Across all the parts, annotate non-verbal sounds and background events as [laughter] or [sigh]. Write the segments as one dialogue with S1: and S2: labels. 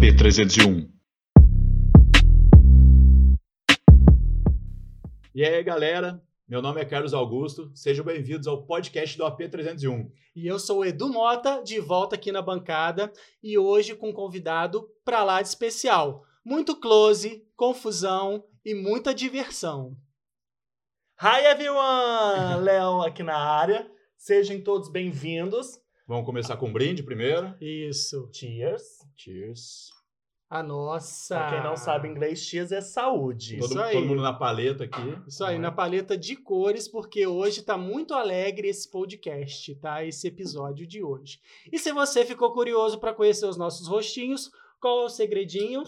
S1: P301. E aí, galera? Meu nome é Carlos Augusto. Sejam bem-vindos ao podcast do AP301.
S2: E eu sou o Edu Mota, de volta aqui na bancada e hoje com um convidado pra lá de especial. Muito close, confusão e muita diversão.
S3: Hi
S2: [laughs]
S3: everyone! Léo aqui na área. Sejam todos bem-vindos.
S1: Vamos começar com um brinde primeiro.
S2: Isso.
S3: Cheers.
S1: Cheers.
S2: A nossa.
S3: Pra quem não sabe inglês, cheers é saúde.
S2: Tá. Isso
S1: Todo,
S2: aí.
S1: todo mundo na paleta aqui.
S2: Isso aí,
S3: é?
S2: na paleta de cores, porque hoje tá muito alegre esse podcast, tá? Esse episódio de hoje. E se você ficou curioso para conhecer os nossos rostinhos, qual é o segredinho?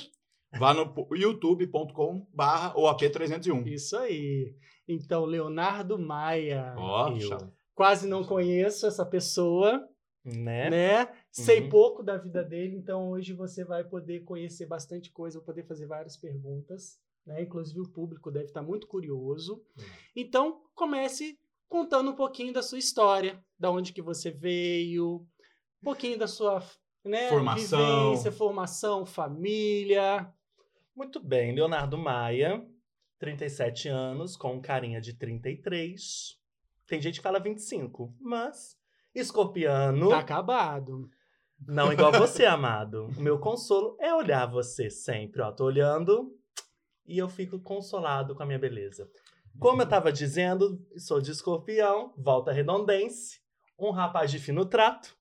S1: Vá no youtube.com barra ou AP301.
S2: Isso aí. Então, Leonardo Maia.
S1: Ó,
S3: eu.
S1: chá.
S2: Quase não conheço essa pessoa,
S1: É?
S3: Né?
S2: né? Sei
S3: Uhum.
S2: pouco da vida dele, então hoje você vai poder conhecer bastante coisa, vou poder fazer várias perguntas, né? Inclusive o público deve estar muito curioso.
S1: É.
S2: Então, comece contando um pouquinho da sua história, da onde que você veio, um pouquinho da sua, né,
S1: Formação.
S2: vivência, formação, família.
S3: Muito bem, Leonardo Maia, 37 anos, com carinha de 33. Tem gente que fala 25, mas escorpiano,
S2: Tá acabado. [laughs]
S3: não igual você, amado. O meu consolo é olhar você sempre, ó. Tô olhando e eu fico consolado com a minha beleza.
S2: é
S1: [laughs]
S3: Como eu tava dizendo, sou de escorpião, volta redondense, um rapaz de fino trato,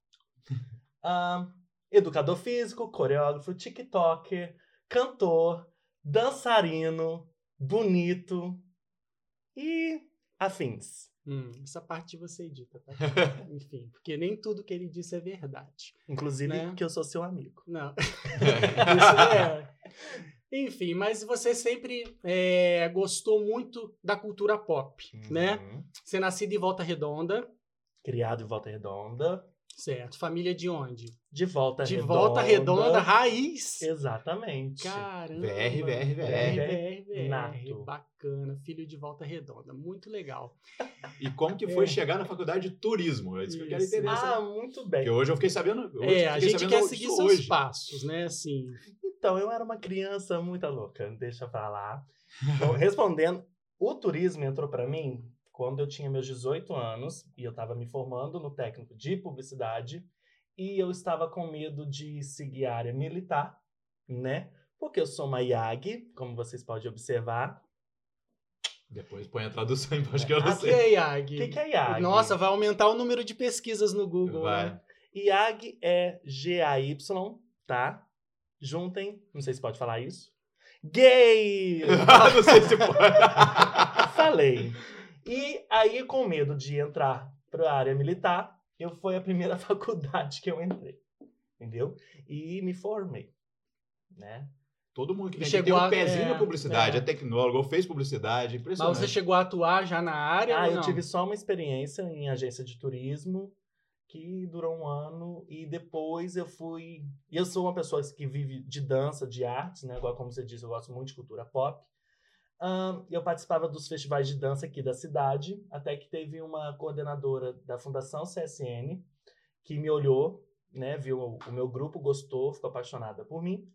S3: [laughs] ah, educador físico, coreógrafo, tiktoker, cantor, dançarino, bonito e afins.
S2: Hum, essa parte você edita,
S1: [laughs]
S2: tá? Enfim, porque nem tudo que ele disse é verdade.
S3: Inclusive,
S2: Né?
S3: que eu sou seu amigo.
S2: Não. Isso é.
S1: [laughs]
S2: Enfim, mas você sempre é, gostou muito da cultura pop, né?
S3: Uhum.
S2: Você é nascido em Volta Redonda,
S3: Criado em Volta Redonda.
S2: certo? Família de onde?
S3: De volta
S2: de
S3: redonda.
S2: Volta Redonda, raiz.
S3: Exatamente.
S2: Caramba.
S1: VR, VR, VR.
S2: VR, VR.
S3: Nato.
S2: Bacana, filho de Volta Redonda, muito legal.
S1: E como que foi
S2: É.
S1: chegar na faculdade de turismo? É isso que eu quero
S2: Isso. um
S1: entender.
S3: Ah,
S1: essa-
S3: muito
S1: Porque
S3: bem.
S1: hoje eu fiquei sabendo. hoje
S2: é,
S1: eu
S2: a
S1: fiquei
S2: gente
S1: sabendo
S2: quer
S1: disso
S2: seguir seus
S1: hoje.
S2: passos, né? Assim,
S3: Então, eu era uma criança muito louca, deixa pra lá. Então, respondendo, o turismo entrou pra mim quando eu tinha meus 18 anos e eu estava me formando no técnico de publicidade e eu estava com medo de seguir a área militar, né? Porque eu sou uma IAG, como vocês podem observar.
S1: Depois põe a tradução [laughs] embaixo que [laughs] eu não
S2: aqui
S1: sei.
S2: é
S3: O
S2: IAG.
S3: que, que é IAG?
S2: Nossa, vai aumentar o número de pesquisas no Google, né?
S1: Vai.
S3: IAG é G-A-Y, tá? Juntem, não sei se pode falar isso. Gay!
S1: [laughs] não sei se pode.
S3: [laughs] Falei. E aí, com medo de entrar para a área militar, eu foi a primeira [laughs] faculdade que eu entrei. Entendeu? E me formei. Né?
S1: Todo mundo que tem,
S2: Chegou
S1: que tem um
S2: a-
S1: pezinho
S2: é,
S1: na publicidade,
S2: é.
S1: é. tecnólogo, ou fez publicidade,
S2: Mas
S1: impressionante.
S2: você chegou a atuar já na área?
S3: Ah,
S2: ou
S3: eu
S2: não?
S3: tive só uma experiência em agência de turismo que durou um ano e depois eu fui. E eu sou uma pessoa que vive de dança, de artes, né? Agora, como você disse, eu gosto muito de cultura pop. Ahn, eu participava dos festivais de dança aqui da cidade, até que teve uma coordenadora da Fundação CSN que me olhou, né? Viu o, o meu grupo, gostou, ficou apaixonada por mim.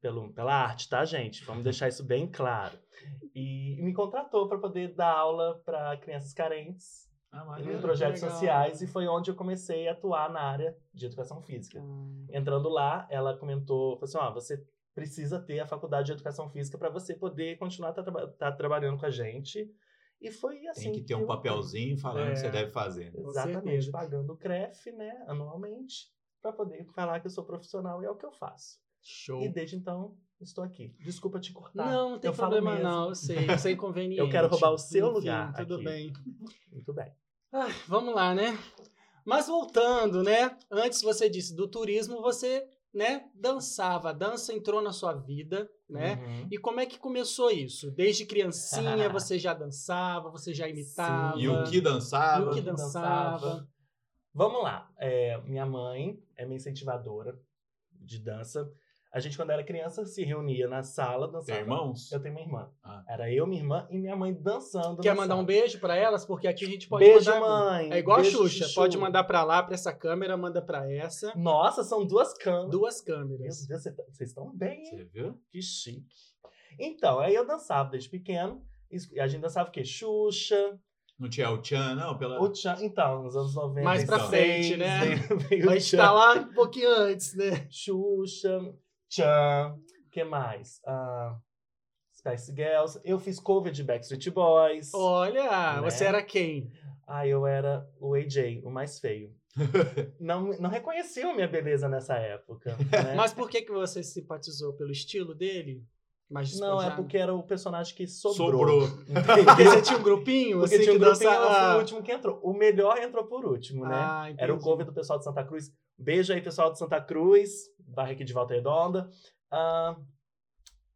S3: Pelo, pela arte, tá, gente? Vamos deixar isso bem claro. E me contratou para poder dar aula para crianças carentes
S1: Ah,
S3: em
S2: que
S1: maneiro.
S3: projetos
S2: legal.
S3: sociais e foi onde eu comecei a atuar na área de educação física.
S2: Tá.
S3: Entrando lá, ela comentou, falou assim, ó, você precisa ter a faculdade de educação física para você poder continuar tá, traba- tá trabalhando com a gente. E foi assim.
S1: Tem que ter
S3: eu
S1: um papelzinho falando o que
S2: É.
S1: você deve fazer.
S2: Com
S3: Exatamente,
S2: certeza.
S3: pagando o CREF, né, anualmente, para poder falar que eu sou profissional e é o que eu faço.
S2: Show.
S3: E desde então, estou aqui. Desculpa te cortar.
S2: Não, não tem
S3: eu falo
S2: problema
S3: mesmo.
S2: não, eu sei, [laughs] eu sei inconveniente.
S3: Eu quero roubar o seu
S2: Enfim,
S3: lugar
S2: Tudo
S3: aqui.
S2: bem.
S3: Muito bem.
S2: Ah, vamos lá, né? Mas voltando, né? Antes você disse do turismo, você, né, dançava. A dança entrou na sua vida, né?
S3: Uhum.
S2: E como é que começou isso? Desde [laughs] criancinha você já dançava, você já imitava.
S1: E o que
S2: E
S1: dançava?
S2: o que dançava.
S3: Vamos lá. É, minha mãe é minha incentivadora de dança. A gente, quando era criança, se reunia na sala,
S1: Tem
S3: dançava.
S1: irmãos?
S3: Eu tenho uma irmã.
S1: Ah.
S3: Era eu, minha irmã e minha mãe dançando.
S2: Quer
S3: na
S2: mandar
S3: sala.
S2: um beijo pra elas? Porque aqui a gente pode
S3: beijo,
S2: mandar.
S3: mãe?
S2: É igual a
S3: Beijo,
S2: Xuxa.
S3: Chuchu.
S2: Pode mandar pra lá, pra essa câmera, manda pra essa.
S3: Nossa, são duas câmeras.
S2: Duas
S3: Meu
S2: câmeras.
S3: Deus, vocês tão- vocês estão bem, hein?
S1: Você viu?
S3: Que chique. Então, aí eu dançava desde pequeno. E a gente dançava o quê? Xuxa,
S1: Não tinha o Tchan, não? Pela...
S3: o Tchan. Então, nos anos 90.
S2: Mais pra
S3: então,
S2: frente, né?
S3: [laughs] Veio
S2: A
S3: o
S2: gente tá
S3: Tchan,
S2: lá um pouquinho antes,
S3: [laughs]
S2: né?
S3: Xuxa, Tchan. O que mais? Ah, Spice Girls. Eu fiz cover de Backstreet Boys.
S2: Olha,
S3: Né?
S2: você era quem?
S3: Ah, eu era o AJ, o mais feio.
S2: [laughs]
S3: não, não reconheciam minha beleza nessa
S2: [laughs]
S3: época. né?
S2: Mas por que, que você simpatizou? Pelo estilo dele? Mais
S3: não, é
S2: despojado?
S3: porque era o personagem que sobrou.
S1: Sobrou.
S3: [laughs]
S2: tipo, Porque
S3: Entendeu?
S2: você tinha um grupinho,
S3: Porque
S2: assim,
S3: tinha um
S2: que
S3: grupinho,
S2: dançava...
S3: ela foi o último que entrou. O melhor entrou por último, né?
S2: Ah,
S3: Era o
S2: entendi.
S3: cover do pessoal de Santa Cruz. Beijo aí, pessoal de Santa Cruz, barra aqui de Volta Redonda. Ah,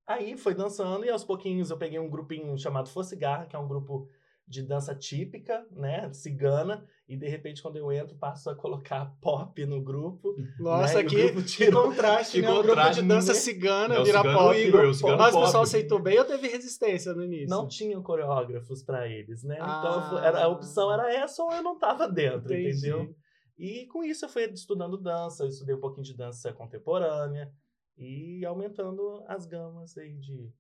S3: aí foi dançando e aos pouquinhos eu peguei um grupinho chamado Focigarra, que é um grupo de dança típica, né? Cigana. E de repente, quando eu entro, passo a colocar [laughs] pop no grupo.
S2: Nossa,
S3: né? E o
S2: que,
S3: grupo
S2: [laughs] que
S3: tirou.
S2: contraste,
S1: que
S2: né? Um grupo
S1: contraste,
S2: de dança
S3: né?
S2: cigana
S1: É o
S2: virar
S1: cigano
S2: pop.
S1: Igor, o cigano
S2: Mas o
S1: pop.
S2: pessoal aceitou bem ou teve resistência no início?
S3: é um Não tinham coreógrafos pra eles, né? Então eu fu-
S2: Ah.
S3: era, a opção era essa ou eu não tava dentro,
S2: Entendi.
S3: entendeu? E com isso eu fui estudando dança, eu estudei um pouquinho de dança contemporânea e aumentando as gamas aí de,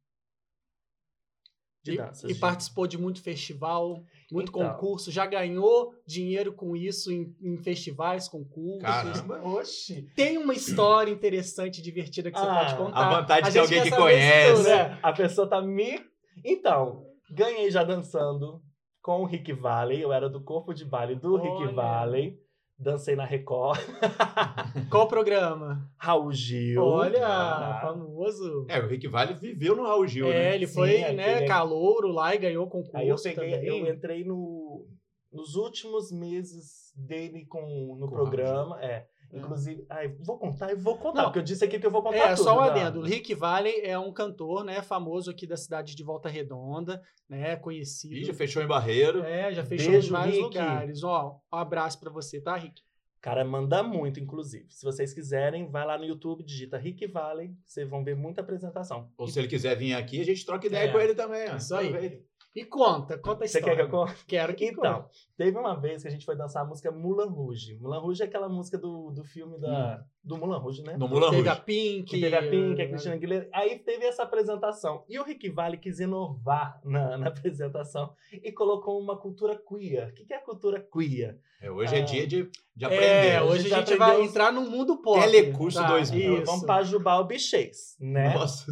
S3: de
S2: E-
S3: danças.
S2: e,
S3: de-
S2: participou de muito festival, muito
S3: Então.
S2: concurso, já ganhou dinheiro com isso em, em festivais, concursos.
S1: Caramba.
S3: Caramba, oxi!
S2: Tem uma história interessante, divertida que você
S3: Ah,
S2: pode contar.
S1: a vantagem de
S2: gente
S1: alguém
S2: quer
S1: que
S2: saber isso
S1: conhece.
S2: tudo, né?
S3: Né? [laughs] A pessoa tá me. Então, ganhei já dançando com o Rick Valley, eu era do corpo de baile do
S2: Olha.
S3: Rick Valley, dancei na Record, [laughs]
S2: Qual programa?
S3: Raul Gil.
S2: Olha,
S3: Ah,
S2: famoso.
S1: É, o Rick Vale viveu no Raul Gil,
S2: É,
S1: né?
S2: ele
S3: Sim,
S2: foi,
S3: aquele-
S2: né, calouro lá e ganhou concurso
S3: Aí eu peguei,
S2: também.
S3: eu entrei no, nos últimos meses dele com, no
S1: Com o
S3: programa. É.
S2: É.
S3: Inclusive, ai, vou contar e vou contar,
S2: Não.
S3: porque eu disse aqui que eu vou contar
S2: É,
S3: tudo.
S2: só um
S3: né?
S2: adendo. O Rick Valley é um cantor, né, famoso aqui da cidade de Volta Redonda, né, conhecido.
S1: Ih, já fechou em Barreiro.
S2: É, já fechou
S3: Beijo,
S2: em vários
S3: Rick.
S2: lugares. Ó, um abraço pra você, tá, Rick?
S3: Cara, manda muito, inclusive. Se vocês quiserem, vai lá no YouTube, digita Rick Valley, vocês vão ver muita apresentação.
S1: Ou se ele quiser vir aqui, a gente troca ideia
S2: É.
S1: com ele também. ó.
S2: Isso aí.
S1: Aproveita.
S2: E conta, conta a
S3: Você
S2: história.
S3: quer que eu conte?
S2: Quero que
S3: Então, teve uma vez que a gente foi dançar a música Mulan Rouge. Mulan Rouge é aquela música do, do filme da,
S2: Hum.
S3: do Mulan Rouge, né?
S1: No Mulan
S2: conte. Teve a
S1: Rouge.
S2: Pink.
S3: que teve a Pink, a
S2: né?
S3: Cristina Aguilera. Aí teve essa apresentação. E o Rick Vale quis inovar na, [laughs] na apresentação e colocou uma cultura queer. O que, que é a cultura queer?
S1: É, hoje é
S3: Ah.
S1: dia de, de aprender.
S2: É, hoje a
S3: já
S2: gente vai
S3: aprendeu os-
S2: entrar no mundo pop.
S1: Telecurso 2000.
S2: Isso.
S3: Então, Vamos pajubar o bichês,
S2: é.
S3: né?
S1: Nossa,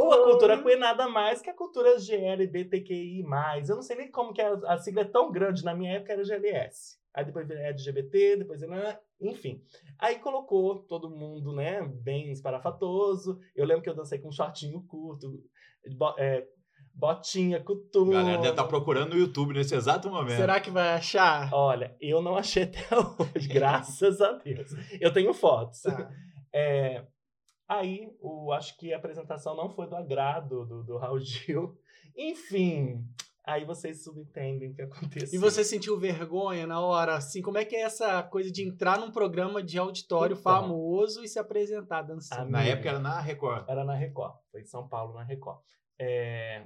S3: Ou a
S1: Uhum.
S3: cultura queer nada mais que a cultura GLBTQI+. Eu não sei nem como que a, a sigla é tão grande. Na minha época era GLS. Aí depois veio LGBT, depois... era- Enfim. Aí colocou todo mundo, né? Bem esparafatoso. Eu lembro que eu dancei com um shortinho curto. bo- é, botinha,
S1: a
S3: coturno.
S1: galera deve estar procurando no YouTube nesse exato momento.
S2: Será que vai achar?
S3: Olha, eu não achei até [laughs] hoje. graças a Deus. Eu tenho fotos.
S1: Ah,
S2: Tá.
S3: É, aí, o, acho que a apresentação não foi do agrado do, do Raul Gil. [laughs] Enfim, aí vocês subentendem o que aconteceu.
S2: E você sentiu vergonha na hora, assim? Como é que é essa coisa de entrar num programa de auditório
S3: Então.
S2: famoso e se apresentar dançando?
S1: Na
S3: Amigo.
S1: época era na Record.
S3: Era na Record, foi em São Paulo, na Record. É,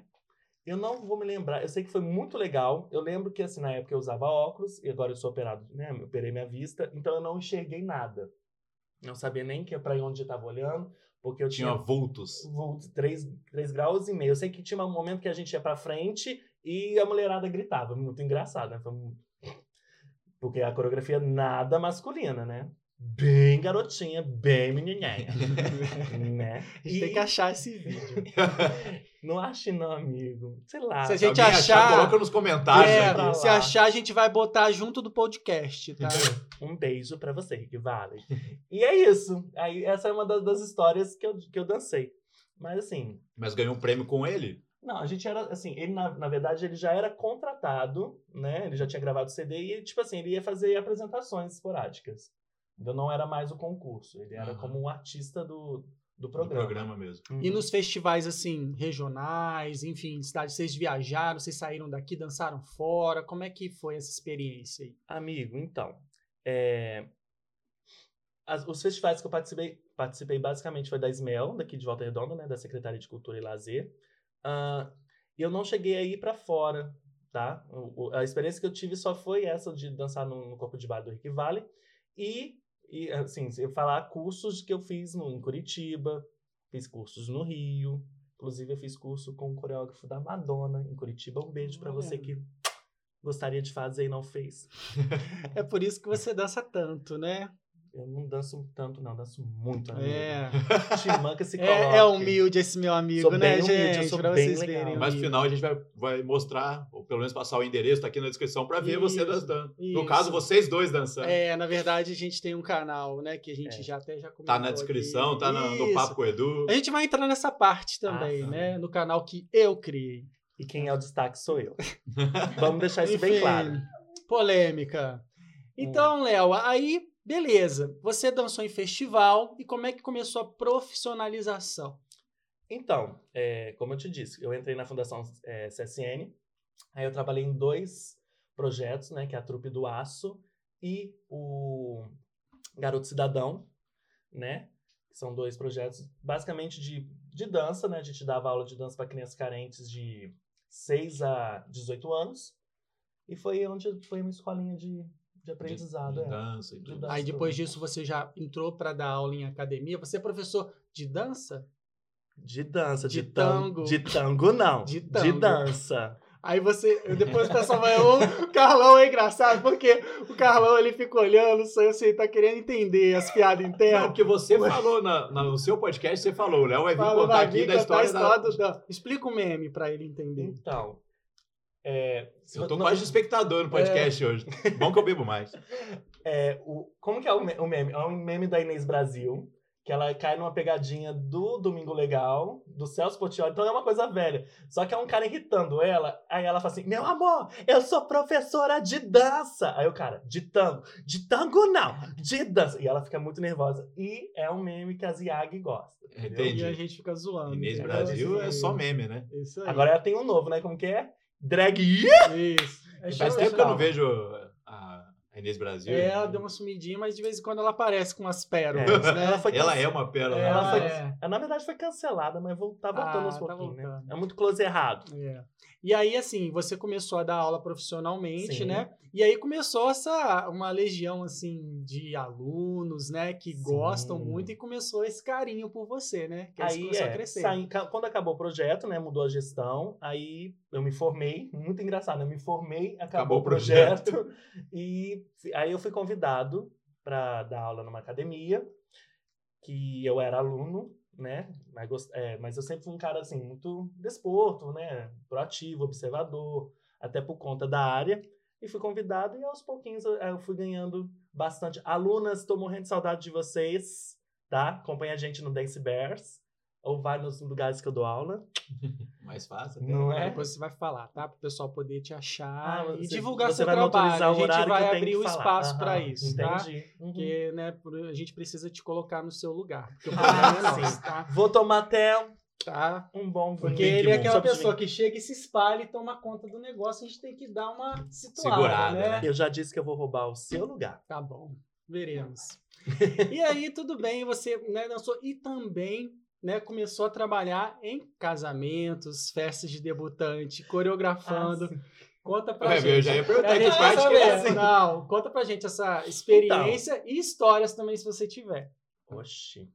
S3: eu não vou me lembrar, eu sei que foi muito legal. Eu lembro que, assim, na época eu usava óculos, e agora eu sou operado, né? Eu operei minha vista, então eu não enxerguei nada. Não sabia nem que pra onde eu tava olhando, porque eu tinha
S1: Tinha vultos.
S3: Vou- três três graus e meio. Eu sei que tinha um momento que a gente ia pra frente e a mulherada gritava. Muito engraçado, né? Foi um- [laughs] Porque a coreografia é nada masculina, né? Bem garotinha,
S2: [laughs]
S3: bem menininha, né?
S2: A gente tem que achar esse vídeo.
S3: Não ache não, amigo. Sei lá.
S2: Se a
S1: Se
S2: gente
S1: alguém
S2: achar-
S1: coloca nos comentários.
S2: É,
S1: aqui.
S3: pra
S2: se
S3: Tá, lá.
S2: achar, a gente vai botar junto do podcast, tá?
S3: Um beijo pra você, Rick Vale. E é isso. Aí, essa é uma da- das histórias que eu, que eu dancei. Mas assim,
S1: Mas ganhou um prêmio com ele.
S3: Não, a gente era, assim, ele na, na verdade ele já era contratado, né? Ele já tinha gravado CD e, tipo assim, ele ia fazer apresentações esporádicas. Então não era mais o concurso, ele era
S1: Aham.
S3: como um artista do, do
S1: No
S3: programa.
S1: programa mesmo.
S3: Uhum.
S2: E nos festivais, assim, regionais, enfim, de cidade, vocês viajaram, vocês saíram daqui, dançaram fora, como é que foi essa experiência aí?
S3: Amigo, então, é, eh, as- os festivais que eu participei, participei basicamente foi da SMEL, daqui de Volta Redonda, né, da Secretaria de Cultura e Lazer. Ah, E eu não cheguei a ir pra fora, tá? O- o- a experiência que eu tive só foi essa de dançar no, no corpo de bar do Rick Valley e, e assim, se eu falar cursos que eu fiz no, em Curitiba, fiz cursos no Rio, inclusive eu fiz curso com o coreógrafo da Madonna em Curitiba. Um beijo pra você
S2: Olha.
S3: que gostaria de fazer e não fez.
S2: É por isso que você dança tanto, né?
S3: Eu não danço tanto, não, danço muito, amigo.
S2: É.
S3: Timã que se coloca.
S2: [laughs] É, é humilde esse meu amigo,
S3: Sou
S2: né,
S3: bem humilde,
S2: gente?
S3: eu sou
S2: pra
S3: bem
S2: vocês
S3: legal.
S2: verem. o
S1: Mas no
S2: nível.
S1: final a gente vai, vai mostrar, ou pelo menos passar o endereço, tá aqui na descrição, pra ver você
S2: Isso,
S1: dançando.
S2: isso.
S1: No caso, tá- vocês dois dançando.
S2: É, na verdade, a gente tem um canal, né? Que a gente
S3: É.
S2: já até já comentou.
S1: Tá na
S2: aqui.
S1: descrição, tá na- no
S2: Isso. É.
S1: papo com o Edu.
S2: A gente vai entrar nessa parte também,
S3: Ah, tá.
S2: né? No canal que eu criei.
S3: E quem é o destaque sou
S2: [laughs]
S3: eu. Vamos deixar isso bem
S2: Enfim,
S3: claro.
S2: Polêmica. Então, Léo, aí, beleza. Você dançou em festival e como é que começou a profissionalização?
S3: Então, é, como eu te disse, eu entrei na Fundação é, CSN, aí eu trabalhei em dois projetos, né? Que é a Trupe do Aço e o Garoto Cidadão, né? que São dois projetos basicamente de, de dança, né? A gente dava aula de dança para crianças carentes de 6 a 18 anos. E foi onde foi uma escolinha de, de aprendizado.
S1: De
S3: é.
S1: dança e
S3: De
S1: tudo.
S3: dança.
S2: Aí depois disso você já entrou para dar aula em academia. Você é professor de dança?
S3: De dança, de,
S2: De tango.
S3: tango. De tango, não.
S2: De
S3: De,
S2: tango.
S3: dança.
S2: Aí você,
S1: [laughs]
S2: depois o pessoal vai, "Ô, o Carlão é engraçado, porque o Carlão ele fica olhando, só eu sei, tá querendo entender as piadas
S1: É, o
S2: internas.
S1: que você falou na- na- no seu podcast, você falou, o Léo vai vir
S2: Fala,
S1: contar
S2: vai
S1: aqui
S2: vir
S1: da
S2: contar a
S1: história da...
S2: história do- da- Explica o meme pra ele entender.
S3: Então. É, se
S1: Eu tô
S3: não-
S1: quase de espectador no
S2: É.
S1: podcast hoje. Bom que eu bebo mais.
S3: é, o, como que é o, me- o meme? É um meme da Inês Brasil, que ela cai numa pegadinha do Domingo Legal, do Celso Portioli, então é uma coisa velha. Só que é um cara irritando ela, aí ela fala assim, meu amor, eu sou professora de dança. Aí o cara, de tango. De tango não, de dança. E ela fica muito nervosa. E é um meme que a Ziag gosta. entendeu?
S1: É, Entendi.
S2: E a gente fica zoando.
S1: Inês
S2: entendeu?
S1: Brasil é
S2: Assim,
S1: só meme, né?
S2: Isso aí.
S3: Agora ela tem um novo, né? Como que é? Drag
S2: Isso. É
S1: Faz
S2: chama-
S1: tempo que eu não
S3: chama.
S1: vejo a a Inês Brasil.
S2: É, ela deu uma sumidinha, mas de vez em quando ela aparece com umas
S3: É,
S2: pérolas, né?
S3: Ela foi
S1: Ela
S3: cance-
S1: é uma pérola.
S2: Ela
S1: Ela
S3: foi-
S2: é.
S3: Na verdade foi cancelada, mas vou, tá voltando
S2: Ah,
S3: aos
S2: tá
S3: pouquinhos, né?
S2: voltando.
S3: É muito close errado.
S2: É. E aí, assim, você começou a dar aula profissionalmente,
S3: Sim.
S2: né? E aí começou essa uma legião assim de alunos, né, que
S3: Sim.
S2: gostam muito e começou esse carinho por você, né? Que aí, você
S3: Aí,
S2: começou a
S3: é,
S2: crescer.
S3: saí- ca- quando acabou o projeto, né, mudou a gestão, aí eu me formei, muito engraçado, eu me formei, acabou,
S1: Acabou
S3: o
S1: o
S3: projeto, [laughs] e fi- aí eu fui convidado para dar aula numa academia, que eu era aluno, né, mas, gos- é, mas eu sempre fui um cara, assim, muito desporto, né, proativo, observador, até por conta da área, e fui convidado, e aos pouquinhos eh, eu, eu fui ganhando bastante. Alunas, estou morrendo de saudade de vocês, tá? Acompanha a gente no Dance Bears ou vai nos lugares que eu dou aula.
S2: é.
S1: mais fácil. até.
S3: Não
S2: Aí
S3: é?
S2: Né? Depois você vai falar, tá? Para o pessoal poder te achar
S3: Ah,
S2: e
S3: você-
S2: divulgar
S3: você
S2: seu
S3: vai
S2: trabalho.
S3: autorizar
S2: A
S3: o
S2: gente
S3: horário que eu
S2: vai
S3: tenho
S2: abrir
S3: que
S2: o
S3: falar.
S2: espaço para
S3: Aham,
S2: isso, tá?
S3: Entendi. Uhum.
S2: Porque, né, por- a gente precisa te colocar no seu lugar. Porque o
S3: Ah,
S2: problema é
S3: sim.
S2: nosso, tá?
S3: Vou tomar até
S2: Tá?
S3: um bom vinho.
S2: Porque
S1: Tem que
S2: ele é
S1: mon-
S2: aquela
S3: sobre
S2: pessoa que chega e se espalha e toma conta do negócio, a gente tem que dar uma situada,
S1: Segurada,
S2: né?
S1: né?
S3: Eu já disse que eu vou roubar o seu lugar.
S2: Tá bom, veremos. e aí, tudo bem, você né, dançou e também né, começou a trabalhar em casamentos, festas de debutante, coreografando.
S3: Ah, sim.
S2: Conta pra
S1: Ué,
S2: gente.
S1: eu já ia perguntar
S2: A
S1: que
S2: gente quer
S1: parte que
S2: saber,
S1: é assim.
S2: Não, conta pra gente essa experiência
S1: Então.
S2: e histórias também, se você tiver.
S3: Oxi.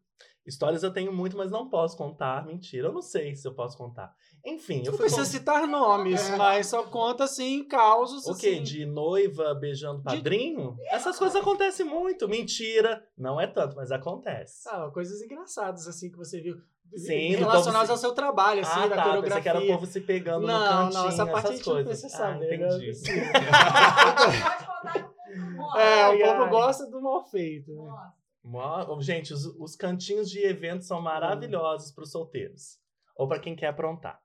S3: Histórias eu tenho muito, mas não posso contar. Mentira, eu não sei se eu posso contar. Enfim, eu
S2: Não
S3: fui.
S2: precisa citar nomes,
S1: É.
S2: mas só conta, assim, causos,
S3: O quê?
S2: assim.
S3: De noiva beijando padrinho? Essas coisas acontecem muito. Mentira. Não é tanto, mas acontece.
S2: Ah, coisas engraçadas, assim, que você viu.
S3: Sim, do
S2: relacionadas
S3: povo-
S2: ao seu trabalho, assim,
S3: ah,
S2: da
S3: tá. Pensei
S2: coreografia.
S3: que era o povo se pegando no
S2: Não, não,
S3: cantinho,
S2: essa parte a
S3: essas
S2: gente não
S3: coisas.
S2: precisa saber, né?
S3: Ah, entendi.
S4: Pode contar que o público gosta.
S2: É,
S3: Ai,
S2: o povo
S3: ai.
S2: gosta do mal feito. né?
S4: Gosta.
S3: Mó- oh, Gente, os, os cantinhos de evento
S2: Hum.
S3: são maravilhosos para os solteiros. Ou para quem quer aprontar.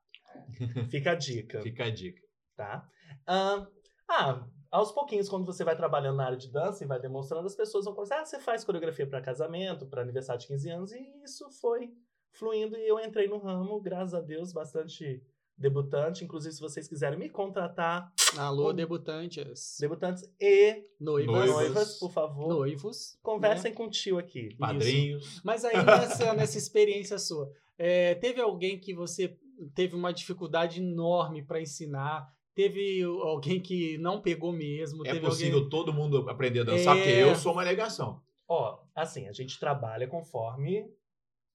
S3: Fica a dica,
S1: Fica a dica.
S3: tá? Ahn, ah, aos pouquinhos, quando você vai trabalhando na área de dança e vai demonstrando, as pessoas vão começar. Ah, você faz coreografia para casamento, para aniversário de 15 anos. E isso foi fluindo e eu entrei no ramo, graças a Deus, bastante debutante. Inclusive, se vocês quiserem me contratar,
S2: Alô,
S3: Hum.
S2: debutantes.
S3: debutantes e
S2: Noivas.
S1: Noivas. né?
S3: noivas, por favor,
S2: Noivos.
S3: conversem com o tio aqui.
S1: Padrinhos.
S2: Mas aí, nessa, nessa experiência sua, é, teve alguém que você teve uma dificuldade enorme para ensinar? Teve alguém que não pegou mesmo?
S1: É
S2: teve
S1: possível
S2: alguém...
S1: todo mundo aprender a dançar,
S2: É.
S1: porque eu sou uma negação.
S3: Ó, assim, a gente trabalha conforme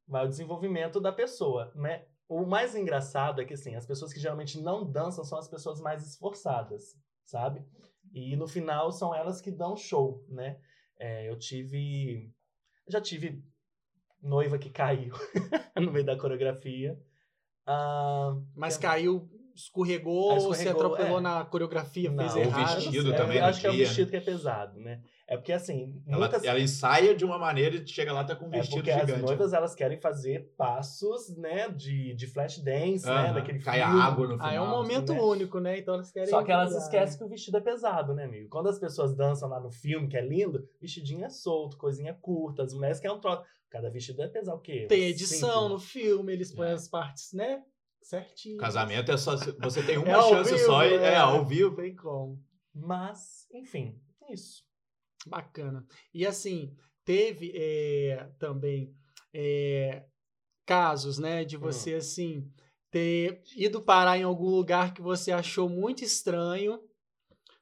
S3: vai o desenvolvimento da pessoa, né? O mais engraçado é que, assim, as pessoas que geralmente não dançam são as pessoas mais esforçadas, sabe? E no final são elas que dão show, né? É, eu tive. Já tive noiva que caiu [laughs] no meio da coreografia. Ah,
S2: Mas caiu, escorregou,
S3: Ah,
S2: ou se
S3: escorregou,
S2: atropelou
S3: é.
S2: na coreografia,
S3: não,
S2: fez
S1: o
S2: errado.
S1: vestido
S3: é,
S1: também
S3: eu
S1: não
S3: Acho que é o
S1: tinha, né?
S3: vestido que é pesado, né? É porque, assim,
S1: Ela,
S3: muitas...
S1: ela ensaia de uma maneira e chega lá tá com um
S3: É
S1: vestido
S3: porque as
S1: gigante.
S3: noivas elas querem fazer passos, né, de, de flash dance, né,
S1: Aham,
S3: daquele
S1: Cai
S3: filme.
S1: a água no final.
S2: Ah, é um momento
S3: né?
S2: único, né? Então elas querem.
S3: Só que elas
S2: brilhar.
S3: esquecem que o vestido é pesado, né, amigo? Quando as pessoas dançam lá no filme, que é lindo, vestidinho é solto, coisinha curta, as mulheres querem um troço. Cada vestido é pesado, o quê?
S2: Tem
S3: Uns
S2: edição
S3: cinco?
S2: no filme, eles põem
S1: É.
S2: as partes, né? Certinho.
S1: Casamento é só. Você tem uma
S2: [laughs] É ao
S1: chance
S2: vivo,
S1: só e
S2: é.
S1: é ao vivo.
S2: Não tem como.
S3: Mas, enfim, é isso.
S2: Bacana. E assim, teve é, também é, casos, né,
S1: Hum.
S2: de você, assim, ter ido parar em algum lugar que você achou muito estranho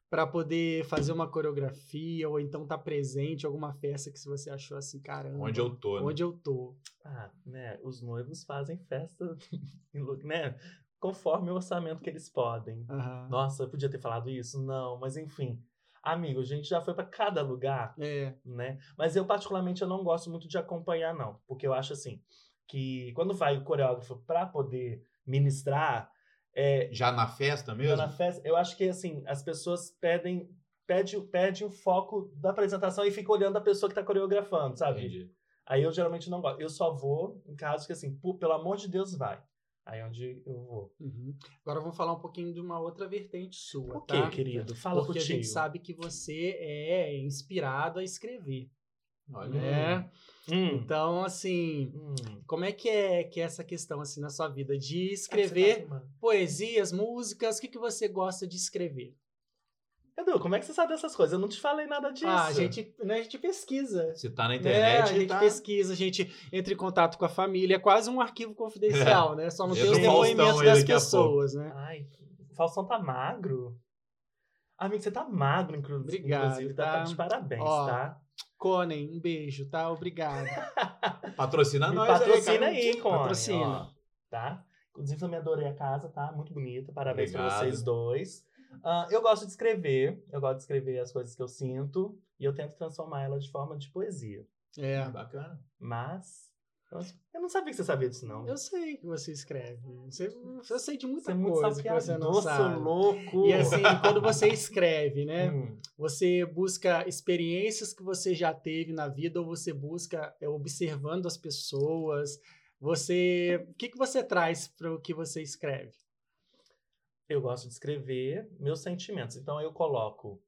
S2: para poder fazer uma coreografia ou então estar presente em alguma festa que você achou assim, caramba,
S1: Onde eu tô, né?
S2: onde eu tô?
S3: Ah, né, os noivos fazem festa, [laughs] em lu- né, conforme o orçamento que eles podem.
S2: Aham.
S3: Nossa, eu podia ter falado isso? Não, mas enfim. Amigo, a gente já foi pra cada lugar,
S2: É,
S3: né? Mas eu, particularmente, eu não gosto muito de acompanhar, não. Porque eu acho assim, que quando vai o coreógrafo pra poder ministrar, é,
S1: Já na festa
S3: já
S1: mesmo?
S3: na festa, eu acho que assim, as pessoas pedem. Pede, pede o foco da apresentação e fica olhando a pessoa que tá coreografando, sabe?
S1: Entendi.
S3: Aí eu geralmente não gosto. Eu só vou em casos que, assim, pô, pelo amor de Deus, vai. Aí é onde eu vou.
S2: uhum. Agora vamos falar um pouquinho de uma outra vertente sua,
S3: O quê,
S2: tá?
S3: querido? Fala
S2: Porque a
S3: contigo.
S2: gente sabe que você é inspirado a escrever,
S1: Olha.
S2: né?
S3: Hum,
S2: Então, assim,
S3: hum.
S2: como é que é que é essa questão assim na sua vida de
S3: Ah, você
S2: escrever
S3: tá filmando.
S2: poesias, músicas? O que, que você gosta de escrever?
S3: Edu, como é que você sabe dessas coisas? Eu não te falei nada disso.
S2: Ah, a gente, né, a gente pesquisa.
S1: Se tá na
S2: né? A
S1: internet,
S2: gente
S1: tá...
S2: pesquisa, a gente entra em contato com a família, é quase um arquivo confidencial,
S1: [laughs]
S2: né? Só não
S1: Eu
S2: tem os
S3: sou Faustão
S2: depoimentos
S1: aí
S2: das
S1: daqui a
S2: pessoas, né?
S3: Ai, o Faustão tá magro? Amigo, você tá magro, inclu- inclusive.
S2: Obrigado,
S3: tá?
S2: tá?
S3: tá de parabéns,
S2: Ó,
S3: tá?
S2: Conen, um beijo, tá? Obrigado.
S1: [laughs] Patrocina
S3: Me
S1: nós
S3: patrocina
S1: aí,
S3: aí, Cone,
S2: Patrocina.
S3: ó, tá? Inclusive, também adorei a casa, tá? Muito bonita. Parabéns pra
S1: Obrigado.
S3: vocês dois. Ah, eu gosto de escrever. Eu gosto de escrever as coisas que eu sinto. E eu tento transformar elas de forma de poesia.
S1: cara.
S2: É.
S1: Bacana.
S3: Mas... eu acho- Eu não sabia que você sabia disso, não.
S2: Eu sei que você escreve. Você, eu sei de muita
S3: você é muito
S2: coisa que você não
S3: sapiadoso,
S2: sabe.
S3: louco.
S2: E assim, quando você escreve, né?
S3: Hum.
S2: Você busca experiências que você já teve na vida, ou você busca é, observando as pessoas. Você. O que, que você traz para o que você escreve?
S3: eu gosto de escrever meus sentimentos. Então eu coloco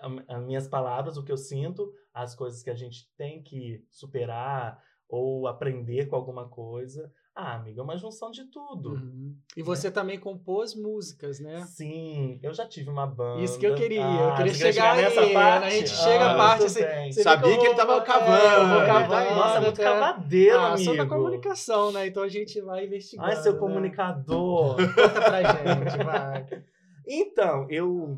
S3: a- as minhas palavras, o que eu sinto, as coisas que a gente tem que superar ou aprender com alguma coisa. Ah, amiga, é uma junção de tudo.
S2: Uhum. E você também compôs músicas, né?
S3: Sim, eu já tive uma banda.
S2: Isso que eu queria, eu
S3: Ah,
S2: queria
S3: você quer
S2: chegar aí, né? a gente chega
S1: a
S3: muito
S2: parte assim,
S3: Ah, bem.
S2: Você vê
S1: Sabia
S2: eu
S1: que ele
S2: vou-
S1: tava
S2: é,
S1: cavando,
S2: eu vou
S1: ele tá
S2: cavando,
S3: Nossa, é muito
S2: cara.
S3: cavadeiro,
S2: Ah,
S3: amigo.
S2: sou da comunicação, né? Então a gente vai investigando.
S3: Ai, seu
S2: né? [laughs]
S3: comunicador. tá
S2: Conta pra gente, vai.
S3: Então, eu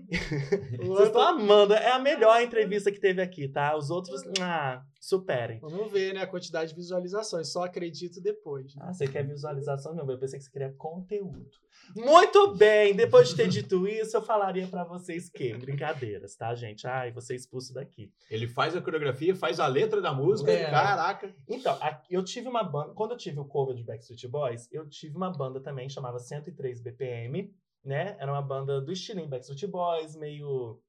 S2: O
S3: Vocês
S2: outro-
S3: estão amando. É a melhor entrevista que teve aqui, tá? Os outros, ah, superem.
S2: Vamos ver, né? A quantidade de visualizações. Só acredito depois. né?
S3: Ah, você quer visualização? Não, eu pensei que você queria conteúdo. Muito bem! Depois de ter dito isso, eu falaria pra vocês que brincadeiras, tá, gente? Ai, você expulso daqui.
S1: Ele faz a coreografia, faz a letra da música.
S2: É.
S1: Caraca.
S3: Então, a- eu tive uma banda. Quando eu tive o cover de Backstreet Boys, eu tive uma banda também, chamava 103 BPM, né? Era uma banda do estilo Backstreet Boys, meio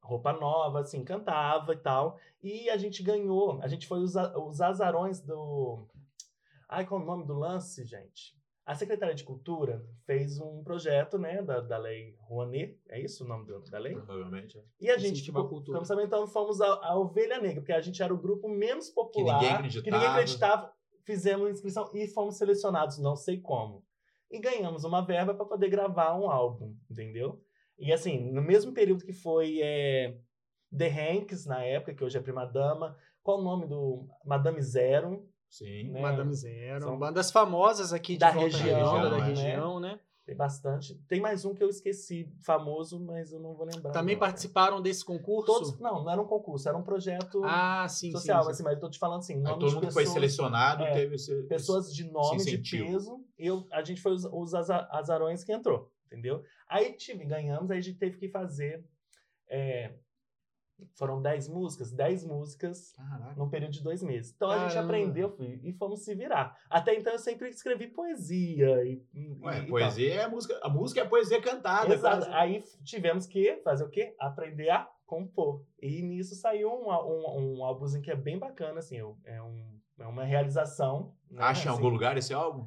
S3: roupa nova, assim, cantava e tal. E a gente ganhou, a gente foi os, a- os azarões do. Ai, qual é o nome do lance, gente? A Secretaria de Cultura fez um projeto, né, da, da Lei Rouanet, é isso o nome do- da lei?
S1: Provavelmente. é.
S3: E a
S2: Sim,
S3: gente
S2: tipo a
S3: ficou,
S2: cultura.
S3: ficamos sabendo, então fomos a, a Ovelha Negra, porque a gente era o grupo menos popular,
S1: acreditava.
S3: que ninguém acreditava. Fizemos inscrição e fomos selecionados, não sei como. e ganhamos uma verba para poder gravar um álbum, entendeu? E assim, no mesmo período que foi é, The Hanks, na época, que hoje é Prima Dama, qual o nome do Madame Zero,
S1: Sim.
S3: né?
S2: Madame Zero.
S3: São-
S2: bandas famosas aqui de
S3: Da
S2: volta da
S1: região,
S2: região, da
S1: né?
S2: região, né?
S3: Tem bastante. Tem mais um que eu esqueci, famoso, mas eu não vou lembrar.
S2: Também
S3: não.
S2: participaram desse concurso?
S3: Todos, não, não era um concurso, era um projeto
S2: Ah, sim,
S3: social,
S2: sim.
S3: mas assim, mas eu tô te falando assim,
S1: Aí
S3: nome
S1: todo
S3: de
S1: mundo que foi
S3: pessoas,
S1: selecionado
S3: é,
S1: teve esse.
S3: pessoas de nome,
S1: Se
S3: de
S1: sentiu.
S3: peso, e eu, a gente foi os, os aza- azarões que entrou, entendeu? Aí tive, ganhamos, aí a gente teve que fazer, é, foram 10 músicas, 10 músicas
S1: Caraca.
S3: num período de dois meses. Então a gente
S2: Caramba.
S3: aprendeu fui, e fomos se virar. Até então eu sempre escrevi poesia e, e-
S1: Ué,
S3: e tal.
S1: poesia é música. A música é né? poesia cantada.
S3: Exato.
S1: quase.
S3: Aí tivemos que fazer o quê? Aprender a compor. E nisso saiu um, á- um, um álbumzinho que é bem bacana, assim, é um- é, um, é uma realização. né,
S1: Acha em
S3: assim.
S1: algum lugar esse álbum?